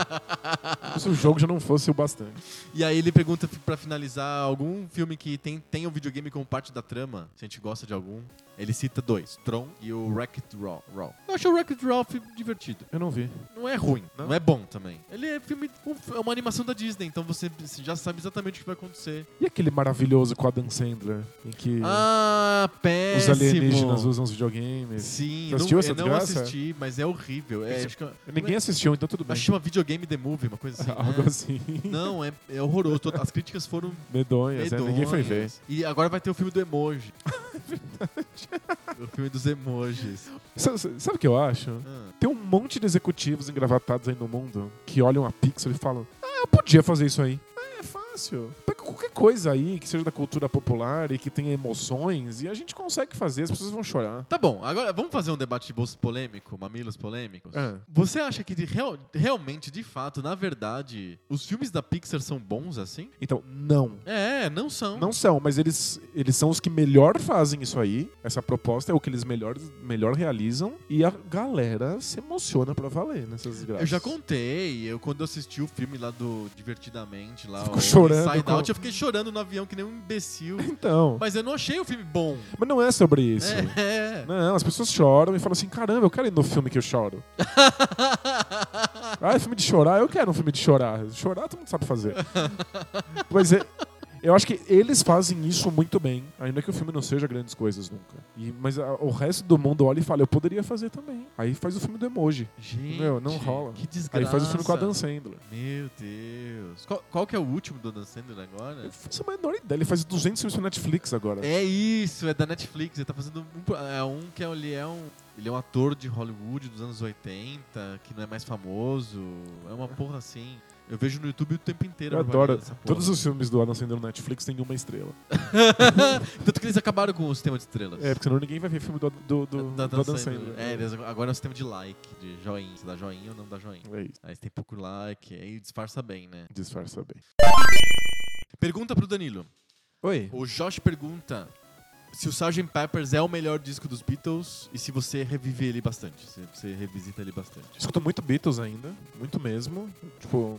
Como Se o jogo já não fosse o bastante. E aí ele pergunta fi- pra finalizar algum filme que tem, tem o videogame como parte da trama. Se a gente gosta de algum. Ele cita dois, Tron e o Wreck-It Raw. Raw. Eu acho o Wreck-It Raw filme divertido. Eu não vi. Não é ruim, Não? não, é bom também. Ele é filme, um- é uma animação da Disney, então você você já sabe exatamente o que vai acontecer. E aquele maravilhoso com a Dan Sandler, em que Ah, os péssimo. alienígenas usam os videogames. Sim, Você não, assistiu essa eu não desgraça? assisti, mas é horrível. É, Esse- acho que, é? Ninguém assistiu, então tudo bem. acho que chama videogame The Movie, uma coisa assim. Algo né? assim. Não, é, é horroroso. Todas- As críticas foram Medonhas, né? Ninguém foi ver. medonhas. E agora vai ter o filme do emoji. o filme dos emojis. Sa- sa- Sabe o que eu acho? Ah, Tem um monte de executivos engravatados aí no mundo que olham a Pixar e falam: Ah, Eu podia fazer isso aí. É fácil. Pega qualquer coisa aí que seja da cultura popular e que tenha emoções e a gente consegue fazer, as pessoas vão chorar. Tá bom, agora vamos fazer um debate de bolso polêmico, mamilos polêmicos. Ah. Você acha que de real- realmente, de fato, na verdade, os filmes da Pixar são bons assim? Então, não. É, não são. Não são, mas eles, eles são os que melhor fazem isso aí. Essa proposta é o que eles melhor, melhor realizam. E a galera se emociona pra valer nessas graças. Eu já contei, eu quando eu assisti o filme lá do Divertidamente, lá Ficou o chorando Inside com- Out, eu fiquei chorando no avião que nem um imbecil. Então. Mas, Mas eu não achei o filme bom. não é sobre isso. É. Não, as pessoas choram e falam assim: caramba, eu quero ir no filme que eu choro. Ah, é filme de chorar? Eu quero um filme de chorar. Chorar todo mundo sabe fazer. Mas é, eu acho que eles fazem isso muito bem, ainda que o filme não seja grandes coisas nunca. E- mas a- o resto do mundo olha e fala: eu poderia fazer também. Aí faz o filme do emoji. Gente, Meu, não rola. Que desgraça. Aí faz o filme com a Dan Sandler. Meu Deus. Qual, qual que é o último do Dan Sandler agora? Eu faço a menor ideia. Ele faz 200 filmes na Netflix agora. É isso, é da Netflix. Ele tá fazendo um, pro- é um que é, ele é um ele é um ator de Hollywood dos anos 80, que não é mais famoso. É uma porra assim. Eu vejo no YouTube o tempo inteiro. Eu a propaganda adoro. dessa porra. Todos os filmes do Adam Sandler na Netflix têm uma estrela. Tanto que eles acabaram com o sistema de estrelas. É, porque senão ninguém vai ver filme do, do, do, Da- da do Adam Sandler. Sandler. É, eles- agora é o sistema de like, de joinha. Você dá joinha ou não dá joinha. É isso. Aí você tem pouco like, aí disfarça bem, né? Disfarça bem. Pergunta pro Danilo. Oi. O Josh pergunta se o Sgt. Peppers é o melhor disco dos Beatles e se você revive ele bastante, se você revisita ele bastante. Escuto muito Beatles ainda, muito mesmo. Tipo,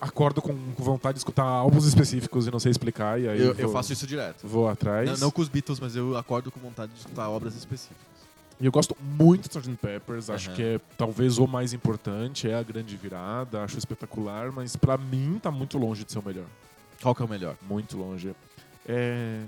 acordo com, com vontade de escutar álbuns específicos e não sei explicar, e aí Eu, vou, É eu faço isso direto. vou atrás. Não, não com os Beatles, mas eu acordo com vontade de escutar obras específicas. E eu gosto muito de Sgt. Peppers, acho Aham. que é talvez o mais importante, é a grande virada, acho espetacular, mas pra mim tá muito longe de ser o melhor. Qual que é o melhor? muito longe. É,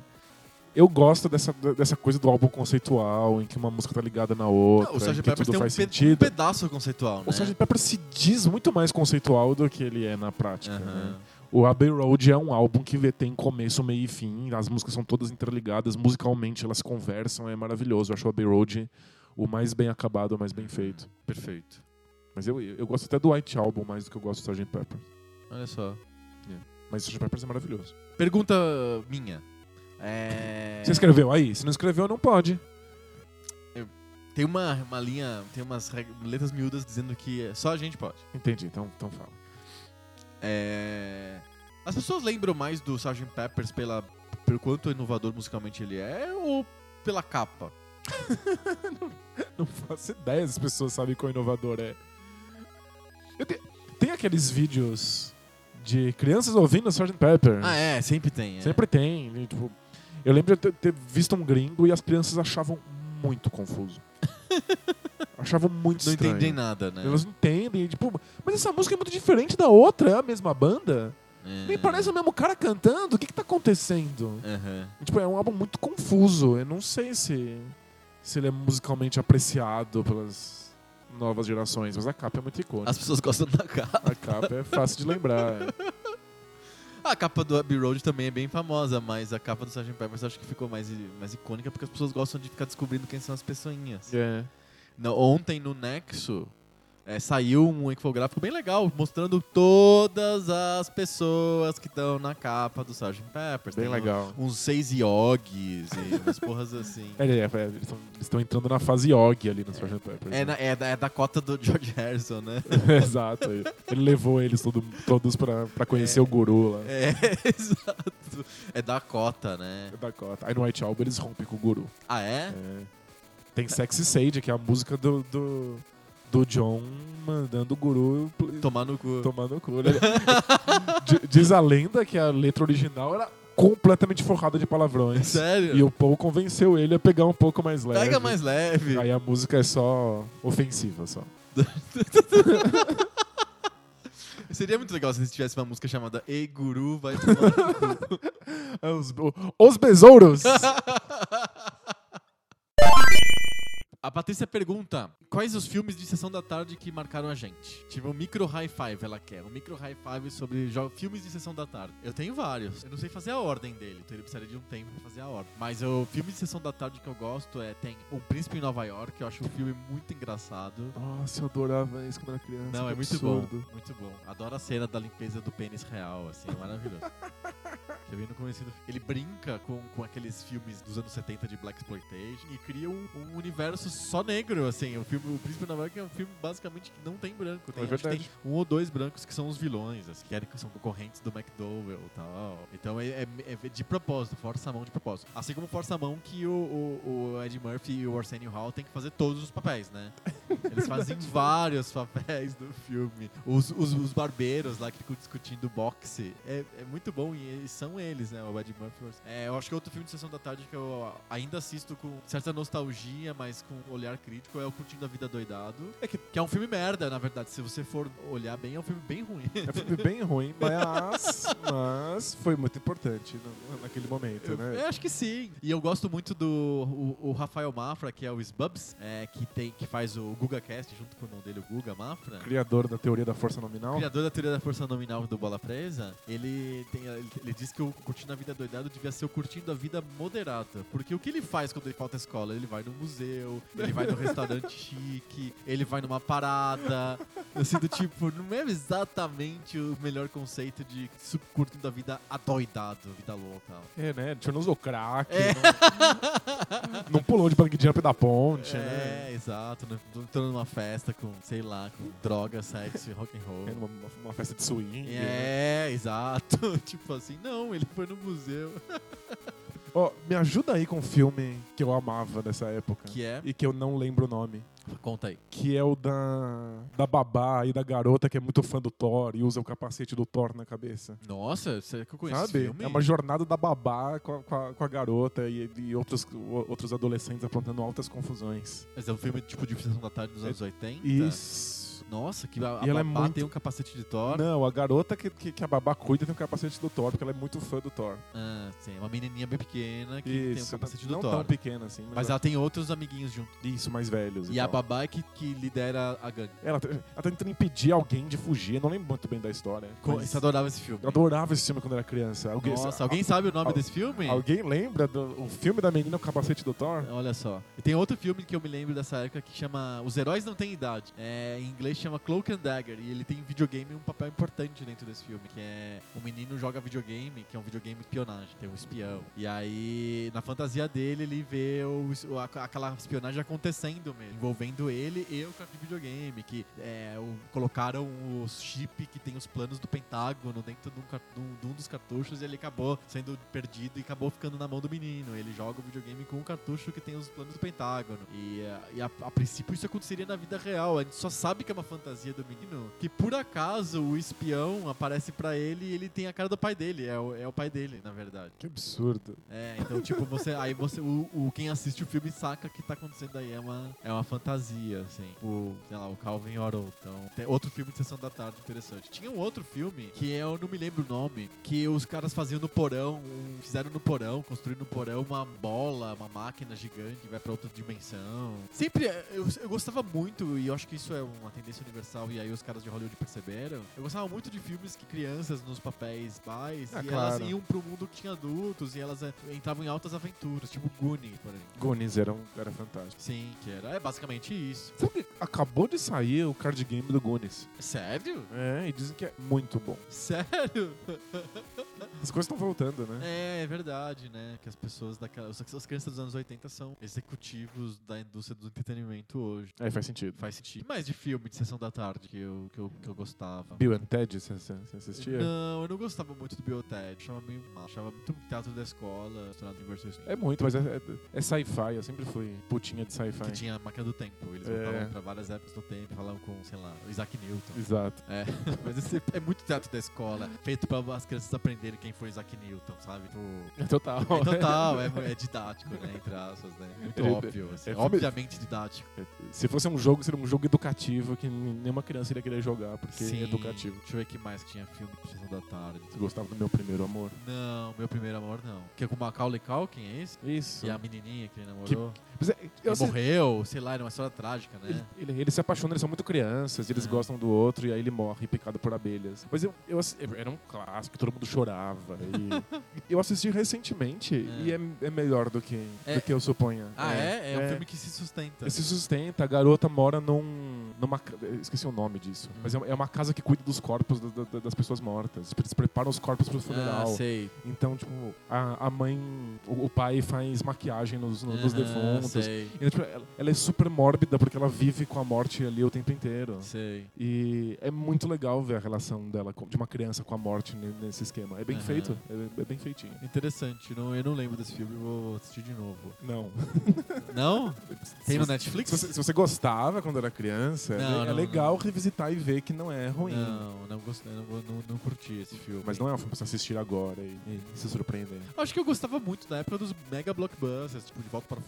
Eu gosto dessa, dessa coisa do álbum conceitual, em que uma música tá ligada na outra, o em Sgt. que Peppers tudo tem um, faz pe- um sentido. pedaço conceitual, né? o Sgt. Pepper se diz muito mais conceitual do que ele é na prática. né? Aham. O Abbey Road é um álbum que tem começo, meio e fim. As músicas são todas interligadas, musicalmente elas conversam, é maravilhoso. Eu acho o Abbey Road o mais bem acabado, o mais bem feito. Perfeito. Mas eu, eu gosto até do White Album mais do que eu gosto do Sgt. Pepper. Olha só. Mas o Sgt. Pepper é maravilhoso. Pergunta minha. É... Você escreveu aí? Se não escreveu, não pode. Tem uma, uma linha, tem umas reg- letras miúdas dizendo que só a gente pode. Entendi, então, então fala. É, As pessoas lembram mais do Sgt. Peppers pela... pelo quanto inovador musicalmente ele é ou pela capa? Não faço ideia se as pessoas sabem quão inovador é. Eu te- Tem aqueles vídeos de crianças ouvindo Sgt. Pepper. Ah, é, sempre tem. é. Sempre tem. e, tipo, eu lembro de eu ter- ter visto um gringo e as crianças achavam muito confuso. achavam muito Não estranho. entendem nada, né? Elas não entendem. e, Tipo, mas essa música é muito diferente da outra. É a mesma banda? É. Nem parece o mesmo cara cantando. O que que tá acontecendo? Aham. Tipo, é um álbum muito confuso. Eu não sei se, se ele é musicalmente apreciado pelas novas gerações, mas a capa é muito icônica. As pessoas gostam da capa. A capa é fácil de lembrar. A capa do Abbey Road também é bem famosa, mas a capa do Sgt. Peppers eu acho que ficou mais, mais icônica porque as pessoas gostam de ficar descobrindo quem são as pessoinhas. É. No- ontem no Nexo é, saiu um infográfico bem legal mostrando todas as pessoas que estão na capa do Sgt. Peppers. Bem Tem legal. um- Uns seis yogis e umas porras assim. É, é, é, eles estão entrando na fase Yogi ali no Sgt. Pepper. É, na- é da, é da cota do George Harrison, né? Exato. Ele levou eles todo- todos pra, pra conhecer É. o guru lá. É, exato. É da cota, né? Da cota. Aí no White Album eles rompem com o guru. Ah, é? É. Tem Sexy Sage, que é a música do, do, do John mandando o guru Tomar no cu. Tomar no cu. né? D- Diz a lenda que a letra original era completamente forrada de palavrões. Sério? E o Paul convenceu ele a pegar um pouco mais leve. Pega mais leve. Aí a música é só ofensiva, só. Seria muito legal se eles tivessem uma música chamada Ei Guru vai tomar. É, Os, o- os besouros! A Patrícia pergunta: quais os filmes de sessão da tarde que marcaram a gente? Tive um micro high five, ela quer. Um micro high five sobre jo- filmes de sessão da tarde. Eu tenho vários. Eu não sei fazer a ordem dele, então ele precisaria de um tempo pra fazer a ordem. Mas o filme de sessão da tarde que eu gosto é tem O Príncipe em Nova York, que eu acho um filme muito engraçado. Nossa, eu adorava isso quando era criança. Não, que é muito bom. absurdo. Muito bom. Adoro a cena da limpeza do pênis real, assim, é maravilhoso. Já vi no começo do Ele brinca com, com aqueles filmes dos anos 70 de Black Exploitation e cria um, um universo só negro, assim. O filme O Príncipe de Nova York é um filme basicamente que não tem branco. Tem, É acho que verdade. tem um ou dois brancos que são os vilões, assim, que eram- que são concorrentes do McDowell e tal. Então é, é- é de propósito, força a mão de propósito. Assim como força a mão que o, o, o Ed Murphy e o Arsenio Hall têm que fazer todos os papéis, né? Eles fazem vários papéis no filme. Os, os, os barbeiros lá que ficam discutindo boxe. É, é muito bom e eles são eles, né? O Ed Murphy. É, eu acho que outro filme de Sessão da Tarde que eu ainda assisto com certa nostalgia, mas com um olhar crítico, é o Curtindo a Vida Doidado. É que- é um filme merda, na verdade. Se você for olhar bem, é um filme bem ruim. É um filme bem ruim, mas, mas foi muito importante no- naquele momento, Eu, né? eu acho que sim. E eu gosto muito do o, o Rafael Mafra, que é o Sbubs, é, que, tem, que faz o GugaCast junto com o irmão dele, o Guga Mafra. Criador da teoria da força nominal. criador da teoria da força nominal do Bola Presa, ele, tem, ele, ele diz que o Curtindo a Vida Doidado devia ser o Curtindo a Vida Moderada. Porque o que ele faz quando ele falta escola? Ele vai no museu, ele vai no restaurante chique, ele vai numa parada. Assim, do tipo, não é exatamente o melhor conceito de su- Curtindo a Vida Adoidado, vida louca. É, né? A gente não usou crack, É. né? não, não pulou de bang jump da ponte, né? É, exato. né? Tô entrando numa festa com, sei lá, com droga, sexo e rock and roll. É uma, uma festa de swing. né? É, exato. tipo assim, não, ele foi no museu. Ó, me ajuda aí com um filme que eu amava dessa época. Que é. E que eu não lembro o nome. Conta aí. Que é o da, da babá e da garota que é muito fã do Thor e usa o capacete do Thor na cabeça. Nossa, será que eu conheço esse Sabe? filme? É uma jornada da babá com a, com a- com a garota e, e outros, o- outros adolescentes aprontando altas confusões. Mas é um filme tipo de Sessão da Tarde dos anos 80? É Isso. Nossa, que a, a E ela é babá muito- tem um capacete de Thor. Não, a garota que, que, que a babá cuida tem o capacete do Thor, porque ela é muito fã do Thor. Ah, sim, é uma menininha bem pequena que tem um Isso, capacete do não Thor. tão pequena assim. Mas ela tem outros amiguinhos junto. Isso, mais velhos. E a tal. babá é que, que lidera a gangue. Ela, tá- ela tá tentando impedir alguém de fugir, eu não lembro muito bem da história. Co- mas Você adorava esse filme. Eu adorava esse filme quando era criança. Alguém, Nossa, alguém sabe o nome al- desse filme? alguém lembra do o filme da menina com o capacete do Thor? É, Olha só. E tem outro filme que eu me lembro dessa época que chama Os Heróis Não Têm Idade. É, em inglês chama Cloak and Dagger. E ele tem em videogame um papel importante dentro desse filme. Que é o menino joga videogame, que é um videogame de espionagem, tem um espião. E aí, na fantasia dele, ele vê o, o- a- aquela espionagem acontecendo mesmo. Envolvendo ele e o cara de videogame. Que é, o- colocaram o chip que tem os planos do Pentágono dentro de um, car- de um- de um dos cartuchos e ele acabou sendo perdido e acabou ficando na mão do menino. Ele joga o videogame com o cartucho que tem os planos do Pentágono. E, eh, e a, a princípio isso aconteceria na vida real. A gente só sabe que é uma fantasia do menino. Que por acaso o espião aparece pra ele e ele tem a cara do pai dele. É o, é o pai dele, na verdade. Que absurdo. É, então, tipo, você. Aí você. O, o- quem assiste o filme saca que tá acontecendo aí. É uma, é uma fantasia, assim. O, sei lá, o Calvin Oro. Então, tem outro filme de Sessão da Tarde interessante. Tinha um outro filme que eu não me lembro o nome. Que os caras faziam no porão. um- Fizeram no porão, construíram no porão uma bola, uma máquina gigante que vai pra outra dimensão. Sempre. é, Eu, eu gostava muito, e eu acho que isso é uma tendência universal. E aí os caras de Hollywood perceberam. Eu gostava muito de filmes que crianças nos papéis pais. Ah, e elas claro. iam iam um pro mundo que tinha adultos e elas é, entravam em altas aventuras, tipo Goonie, por exemplo. Goonies era, um, era fantástico. Sim, que era é basicamente isso. Sabe, que acabou de sair o card game do Goonies. Sério? É, e dizem que é muito bom. Sério? As coisas estão voltando, né? É, é verdade, né? Que as pessoas daquela. Só que as crianças dos anos 80 são executivos da indústria do entretenimento hoje. É, faz sentido. Faz sentido. Mais de filme de sessão da tarde que eu, que eu, que eu gostava. Bill and Ted, você você assistia? Não, eu não gostava muito do Biotech. Achava meio mal. Achava muito teatro da escola, misturado em versões. É muito, mas é, é- é sci-fi. Eu sempre fui putinha de Que sci-fi. tinha a máquina do tempo. Eles É. voltavam pra várias épocas do tempo, falavam com, sei lá, Isaac Newton. Exato. É, mas esse é muito teatro da escola, feito pra as crianças aprenderem quem foi Isaac Newton, sabe? Tipo, É total. É total, é, é didático, né? Entre aspas, né? Muito Ele- óbvio, assim, é filme- obviamente didático. Se fosse um jogo, seria um jogo educativo que que nenhuma criança iria querer jogar, porque é educativo. Deixa eu ver que mais que tinha filme de Sessão da Tarde. Você gostava do meu primeiro amor? Não, Meu Primeiro Amor não. Que é com o Macaulay Culkin, é isso? Isso. E a menininha que ele namorou. Mas é- eu Ele sei- morreu, sei lá, era uma história trágica, né? Ele- ele- eles se apaixonam, eles são muito crianças, e eles É. gostam do outro, e aí ele morre picado por abelhas. Mas eu, eu ass- era um clássico, todo mundo chorava. e- eu assisti recentemente É. e é, é melhor do que, É. do que eu suponha. Ah, é? É, um filme que se sustenta. Ele se sustenta, a garota mora num. numa. ca- eu Esqueci o nome disso. Uhum. Mas é uma- é uma casa que cuida dos corpos da- da- das pessoas mortas. Eles preparam os corpos pro Ah, funeral. sei. então, tipo, a, a mãe. O, o pai faz maquiagem nos, no- nos Aham, um defuntos. Sei, E, tipo, ela, ela é super mórbida porque ela vive com a morte ali o tempo inteiro. sei. E é muito legal ver a relação dela, com- de uma criança com a morte ne- nesse esquema. É bem Aham. feito, é, é bem feitinho. Interessante. Não, eu não lembro desse filme, vou assistir de novo. Não. Não? Tem Se no você- Netflix? Se você, se você gostava quando era criança, Não, é, é não, legal não. revisitar e ver que não é ruim. Não, não gostei, não, vou- não, não curti esse filme. Mas não é um filme pra você assistir agora e, e se surpreender. É Acho que eu gostava muito da época dos mega blockbusters, tipo De Volta para o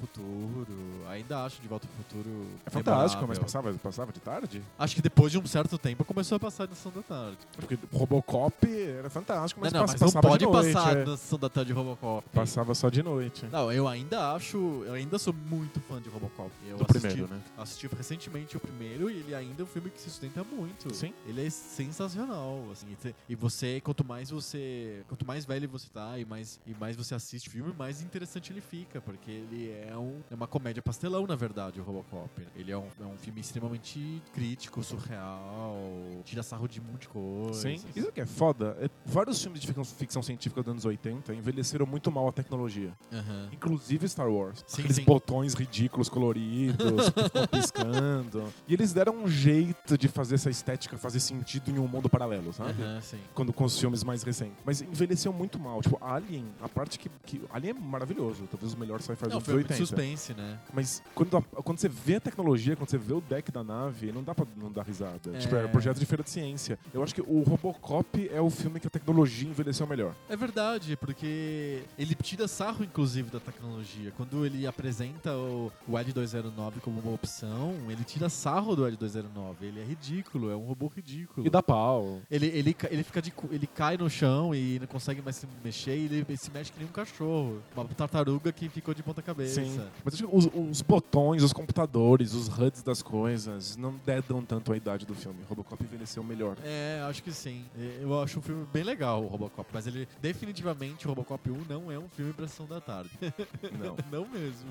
Futuro. Ainda acho De Volta para o Futuro. É fantástico, memorável. mas passava, passava de tarde? Acho que depois de um certo tempo começou a passar na Sessão da Tarde. Porque Robocop era fantástico, mas, não, não, pass- mas não passava pode de noite. passar é. na Sessão da Tarde de Robocop. Passava só de noite. Não, eu ainda acho. Eu ainda sou muito fã de Robocop. Eu Do assisti, primeiro, né? assisti recentemente o primeiro e ele ainda é um filme que se sustenta muito. Sim. Ele é sensacional, assim. e te- E você, quanto mais você. Quanto mais velho você tá e mais, e mais você assiste o filme, mais interessante ele fica. Porque ele é, um, é uma comédia pastelão, na verdade, o Robocop. Ele é um, é um filme extremamente crítico, surreal, tira sarro de um monte de coisa. assim. Sim. Isso que é foda. é- vários filmes de ficção, ficção científica dos anos 80 envelheceram muito mal a tecnologia. Aham. Inclusive Star Wars. Sim, Aqueles sim. botões ridículos, coloridos, que ficam piscando. E eles deram um jeito de fazer essa estética fazer sentido em um mundo paralelo, sabe? Aham, sim. Quando com os filmes mais recentes. Mas envelheceu muito mal. Tipo, Alien, a parte que. que Alien é maravilhoso, talvez o melhor sci-fi dos Não, anos foi um 80. filme de suspense, né? Mas quando, a- quando você vê a tecnologia, quando você vê o deck da nave, não dá pra não dar risada. É. Tipo, era projeto de feira de ciência. Eu acho que o Robocop é o filme que a tecnologia envelheceu melhor. É verdade, porque ele tira sarro, inclusive, da tecnologia. Quando ele apresenta o, o Ed 209 como uma opção, ele tira sarro do Ed 209. Ele é ridículo, é um robô ridículo. E dá pau. Ele, ele, ca- ele fica de cu- ele cai no chão e não consegue mais se mexer e ele se mexe que nem um cachorro. Uma tartaruga que ficou de ponta cabeça. Sim. Mas acho que os, os botões, os computadores, os HUDs das coisas não dedam tanto a idade do filme. Robocop envelheceu melhor. É, acho que sim. É, Eu acho um filme bem legal, o Robocop. Mas ele, definitivamente, o Robocop 1 não é um filme pra Sessão da Tarde. Não. não mesmo.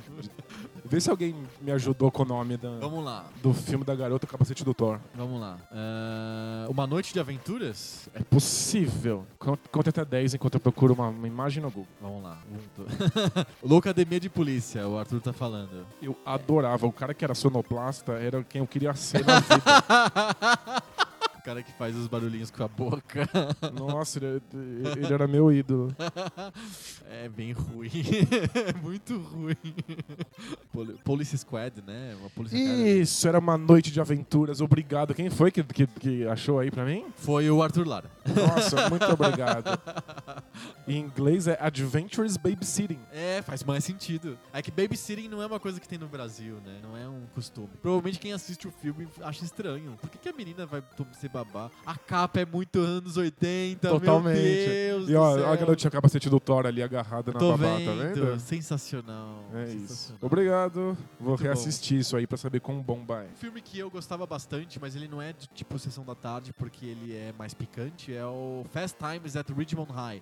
Vê se alguém me ajudou com o nome da- Vamos lá. do filme da garota Capacete do Thor. Vamos lá. Ah, uma Noite de Aventuras? É possível. Con- Conta até 10 enquanto eu procuro uma, uma imagem no Google. Vamos lá. Um, dois. Loucademia de Polícia, o Arthur tá falando. Eu adorava. O cara que era sonoplasta era quem eu queria ser na vida. o cara que faz os barulhinhos com a boca. Nossa, ele, ele era meu ídolo. é bem ruim. é muito ruim. Poli- Police Squad, né? Uma Police Academy. Isso, era uma noite de aventuras. Obrigado. Quem foi que, que, que achou aí pra mim? Foi o Arthur Lara. Nossa, muito obrigado. Em inglês é Adventures Babysitting. É, faz mais sentido. É que babysitting não é uma coisa que tem no Brasil, né? Não é um costume. Provavelmente quem assiste o filme acha estranho. Por que, que a menina vai to- se babar? A capa é muito anos 80, Totalmente. meu Deus E do ó, céu. olha a garotinha com o capacete do Thor ali agarrada na Tô babá, vendo. tá vendo? Sensacional. É isso. sensacional. Obrigado. Vou Muito reassistir isso aí pra saber quão bomba é. Um filme que eu gostava bastante, mas ele não é de, tipo Sessão da Tarde, porque ele é mais picante, é o Fast Times at Ridgemont High.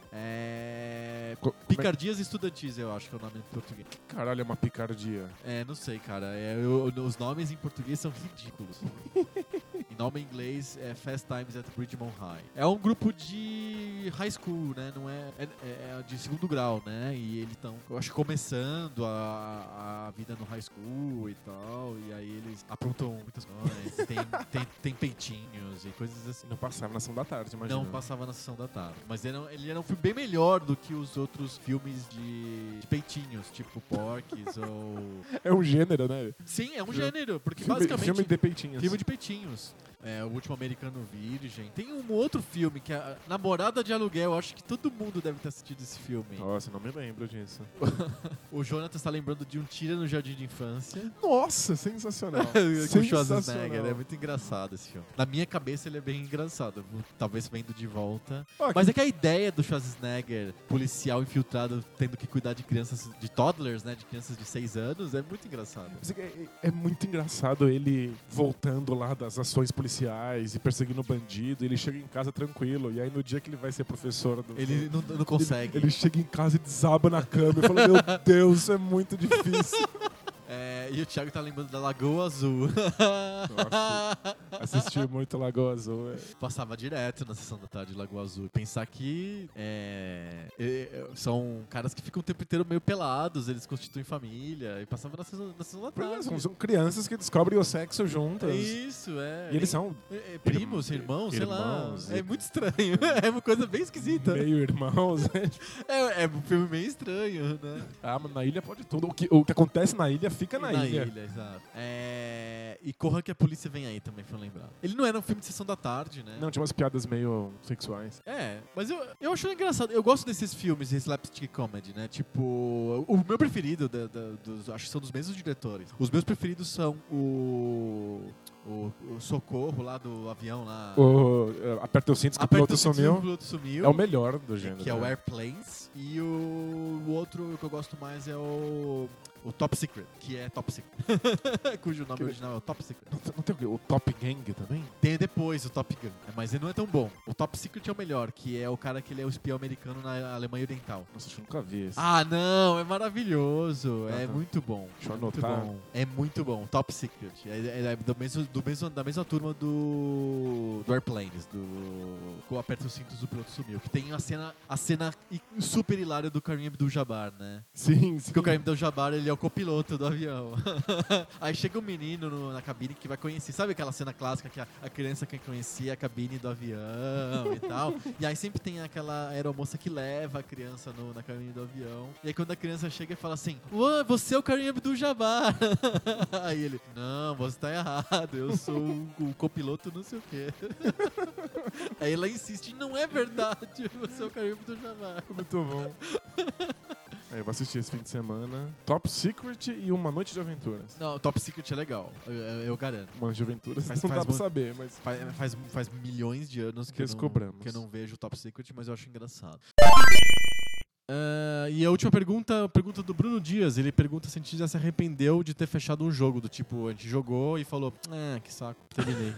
É... Co- como é- Picardias Estudantis, eu acho que é o nome em português. Caralho, é uma picardia. É, não sei, cara. É, eu- os nomes em português são ridículos. em nome em inglês é Fast Times at Ridgemont High. É um grupo de high school, né? Não é, é, é de segundo grau, né? E eles estão, eu acho, começando a, a vida no high school e tal. E aí eles aprontam muitas coisas. tem, tem, tem peitinhos e coisas assim. Não passava na ação da tarde, imagina. Não passava na sessão da tarde. Mas ele era, ele era um filme bem melhor do que os outros filmes de, de peitinhos, tipo Porques ou É um gênero, né? Sim, é um Filme- gênero, porque filme, basicamente filme filme de peitinhas. de peitinhos. é, O Último Americano Virgem. Tem um outro filme que é a Namorada de Aluguel. Eu acho que todo mundo deve ter assistido esse filme. Nossa, não me lembro disso. O Jonathan está lembrando de Um Tira no Jardim de Infância. Nossa, sensacional. Com Schwarzenegger. Sensacional. É muito engraçado esse filme. Na minha cabeça ele é bem engraçado. Talvez vendo de volta. Ó, Mas é que a ideia do Schwarzenegger, policial infiltrado, tendo que cuidar de crianças, de toddlers, né? De crianças de 6 anos, é muito engraçado. Mas é que é- É muito engraçado ele voltando lá das ações policiais e perseguindo o bandido. Ele chega em casa tranquilo. E aí no dia que ele vai ser professor do. Ele não, não consegue. Ele, ele chega em casa e desaba na cama e fala: Meu Deus, isso é muito difícil. É, e o Thiago tá lembrando da Lagoa Azul. Nossa. Assisti muito Lagoa Azul. é. Passava direto na sessão da tarde de Lagoa Azul. Pensar que é, é, são caras que ficam o tempo inteiro meio pelados, eles constituem família. E passava na sessão, na sessão da Pois é, tarde. São, são crianças que descobrem o sexo juntas. E, Isso, é. eles são É, é, primos, irmãos, Irmãos, sei lá. e- É muito estranho. É uma coisa bem esquisita. meio irmãos. né? É, é um filme meio estranho, né? ah, mas na ilha pode tudo. O que, o que acontece na ilha fica na, ilha. exato. É, E Corra que a Polícia Vem Aí também foi lembrar. Ele não era um filme de sessão da tarde, né? Não, tinha umas piadas meio sexuais. É, mas eu, eu acho engraçado. Eu gosto desses filmes, esse slapstick comedy, né? Tipo, o meu preferido, da- da- dos, acho que são dos mesmos diretores. Os meus preferidos são o. O, o Socorro lá do avião lá. O, é, aperta o cinto que o Ah. Aperta piloto o cinto, sumiu. O piloto sumiu. É o melhor do gênero. Que é o né? Airplanes. E o, o outro que eu gosto mais é o. O Top Secret, que é Top Secret. Cujo nome Que- original é o Top Secret. Não tem- Não tem o quê? O Top Gang também? Tem depois o Top Gun, né, mas ele não é tão bom. O Top Secret é o melhor, que é o cara que ele é o espião americano na Alemanha Oriental. Nossa, acho que eu nunca vi esse. Ah, não, é maravilhoso. É Aham. muito bom. Deixa eu é muito anotar. bom. É muito bom. Top Secret. É, é- é do mesmo, do mesmo- da mesma turma do. do Airplanes, do. Com Aperta os cintos do piloto sumiu. Que tem a cena, a cena i- super hilária do Karim Abdul Jabbar, né? Sim, sim. Porque o Karim Abdul Jabbar ele é o copiloto do avião. Aí chega um menino no- na cabine que vai conhecer. Sabe aquela cena clássica que a, a criança quer conhecer a cabine do avião e tal? E aí sempre tem aquela aeromoça que leva a criança no- na cabine do avião. E aí quando a criança chega e fala assim: Ué, você é o Karim Abdul Jabbar. aí ele: Não, você tá errado. Eu sou o, o copiloto não sei o quê. aí ela insiste: Não é verdade. Você é o Karim Abdul Jabbar. Muito bom. Aí eu vou assistir esse fim de semana. Top Secret e Uma Noite de Aventuras. Não, Top Secret é legal. Eu- eu- eu garanto. Uma Noite de Aventuras Mas não dá faz pra mu- saber, mas... Fa- Faz, faz, milhões de anos que, Que eu os não, cobramos. que eu não vejo o Top Secret, mas eu acho engraçado. Ah, e a última pergunta, a pergunta do Bruno Dias. Ele pergunta se a gente já se arrependeu de ter fechado um jogo. Do tipo, a gente jogou e falou, ah, que saco, terminei.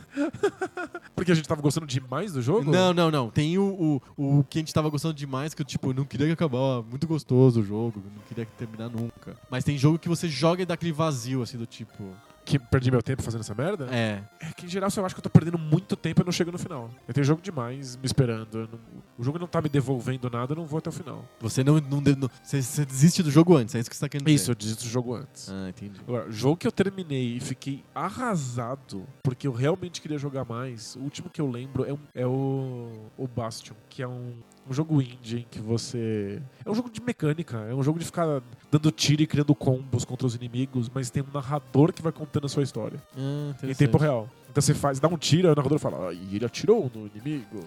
Porque a gente tava gostando demais do jogo? não, não, não. Tem o, o, o que a gente tava gostando demais, que eu, tipo, não queria que acabar. Muito gostoso o jogo, não queria que terminar nunca. Mas tem jogo que você joga e dá aquele vazio, assim, do tipo. Que perdi meu tempo fazendo essa merda? É. É que em geral eu acho que eu tô perdendo muito tempo e não chego no final. Eu tenho jogo demais me esperando. eu não- o jogo não tá me devolvendo nada, eu não vou até o final. Você não. não, de- não- você, você desiste do jogo antes, é isso que você tá querendo Isso, dizer. eu desisto do jogo antes. Ah, entendi. Agora, jogo que eu terminei e fiquei arrasado, porque eu realmente queria jogar mais, o último que eu lembro é, um- é o, o Bastion, que é um, um jogo indie em que você. É um jogo de mecânica, é um jogo de ficar dando tiro e criando combos contra os inimigos, mas tem um narrador que vai contando a sua história. Ah, Em interessante. tempo real. Então você faz, dá um tiro, aí o narrador fala, "Ah, e ele atirou no inimigo.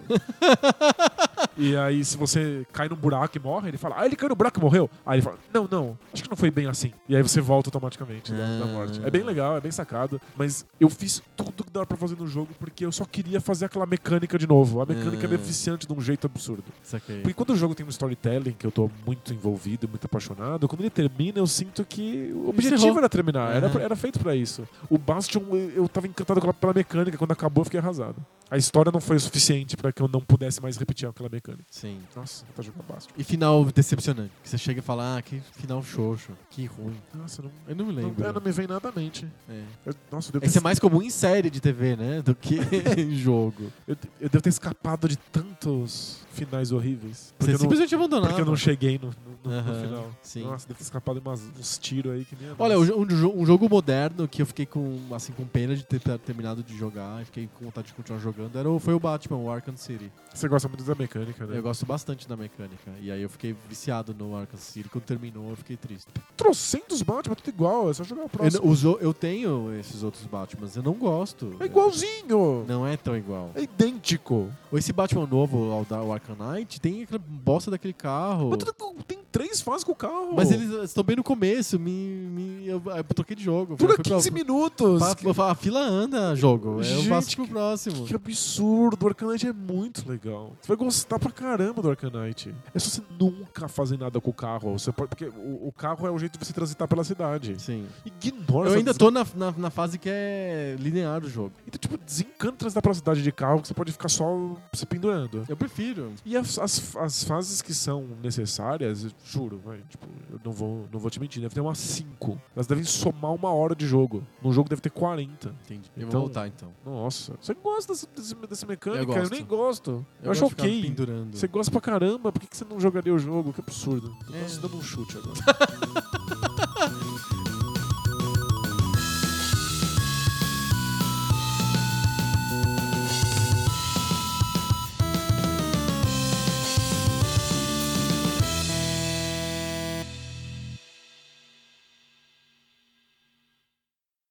e aí, se você cai num buraco e morre, ele fala, ah, ele caiu no buraco e morreu. Aí ele fala, não, não, acho que não foi bem assim. E aí você volta automaticamente da, da Ah. morte. É bem legal, é bem sacado, mas eu fiz tudo que dava pra fazer no jogo porque eu só queria fazer aquela mecânica de novo. A Ah. mecânica é deficiente de um jeito absurdo. Saquei. Porque quando o jogo tem um storytelling que eu tô muito envolvido, muito apaixonado, quando ele termina, eu sinto que o objetivo Encerrou. era terminar, era, Aham. era feito pra isso. O Bastion, eu- eu tava encantado com- pela mecânica, quando acabou eu fiquei arrasado. A história não foi o suficiente pra que eu não pudesse mais repetir aquela mecânica. Sim. Nossa, tá jogando Bastion. E final decepcionante. Que você chega e fala, ah, que final xoxo, que ruim. Nossa, não, Eu não me não, lembro. é, não me vem nada à mente. É. Eu, nossa, eu devo, Esse ter, é mais comum em série de TV, né? Do que em jogo. eu, eu devo ter escapado de tantos finais horríveis. Porque Você eu não- simplesmente abandonaram. porque eu não cheguei no, no- no- no Aham, final. sim. Nossa, deve ter escapado umas, uns tiros aí que nem. Olha, um, jo- um jo- um jogo moderno que eu fiquei com, assim, com pena de ter ter terminado de jogar e fiquei com vontade de continuar jogando era, o- foi o Batman, o Arkham City. Você gosta muito da mecânica, né? Eu gosto bastante da mecânica. E aí eu fiquei viciado no Arkham City. Quando terminou, eu fiquei triste. Trocentos Batman, tudo igual, é só jogar o Eu, próximo. não- os o- eu tenho esses outros Batmans, eu não gosto. É igualzinho! Não é tão igual. É idêntico. Esse Batman novo, ao da- o Arkham Knight, tem aquela bosta daquele carro. Mas tudo com- tem três fases com o carro. Mas eles estão bem no começo, me, me- eu, eu troquei de jogo. Dura Fui pra- 15 é minutos. pa- Que- pa- a fila anda, jogo. eu Gente, passo pro próximo. Que absurdo, o Arcanite é muito legal. Você vai gostar pra caramba do Arcanite. É só você nunca fazer nada com o carro. Você pode- porque o, o carro é o jeito de você transitar pela cidade. Sim. Ignora eu essa ainda des- tô na, na, na fase que é linear do jogo. Então, tipo, desencanta transitar pela cidade de carro que você pode ficar só se pendurando. Eu prefiro. E as, as, as fases que são necessárias, eu juro, vai, tipo, eu não vou, não vou te mentir, deve ter umas 5. Elas devem somar uma hora de jogo. Num jogo deve ter 40. Entendi. Eu Então- vou voltar então. Nossa. Você gosta dessa, desse- dessa mecânica? Eu gosto. nem gosto. Eu, gosto acho de ficar me ok. Pendurando. Você gosta pra caramba, por que que você não jogaria o jogo? Que absurdo. É. Nossa, dando um chute agora.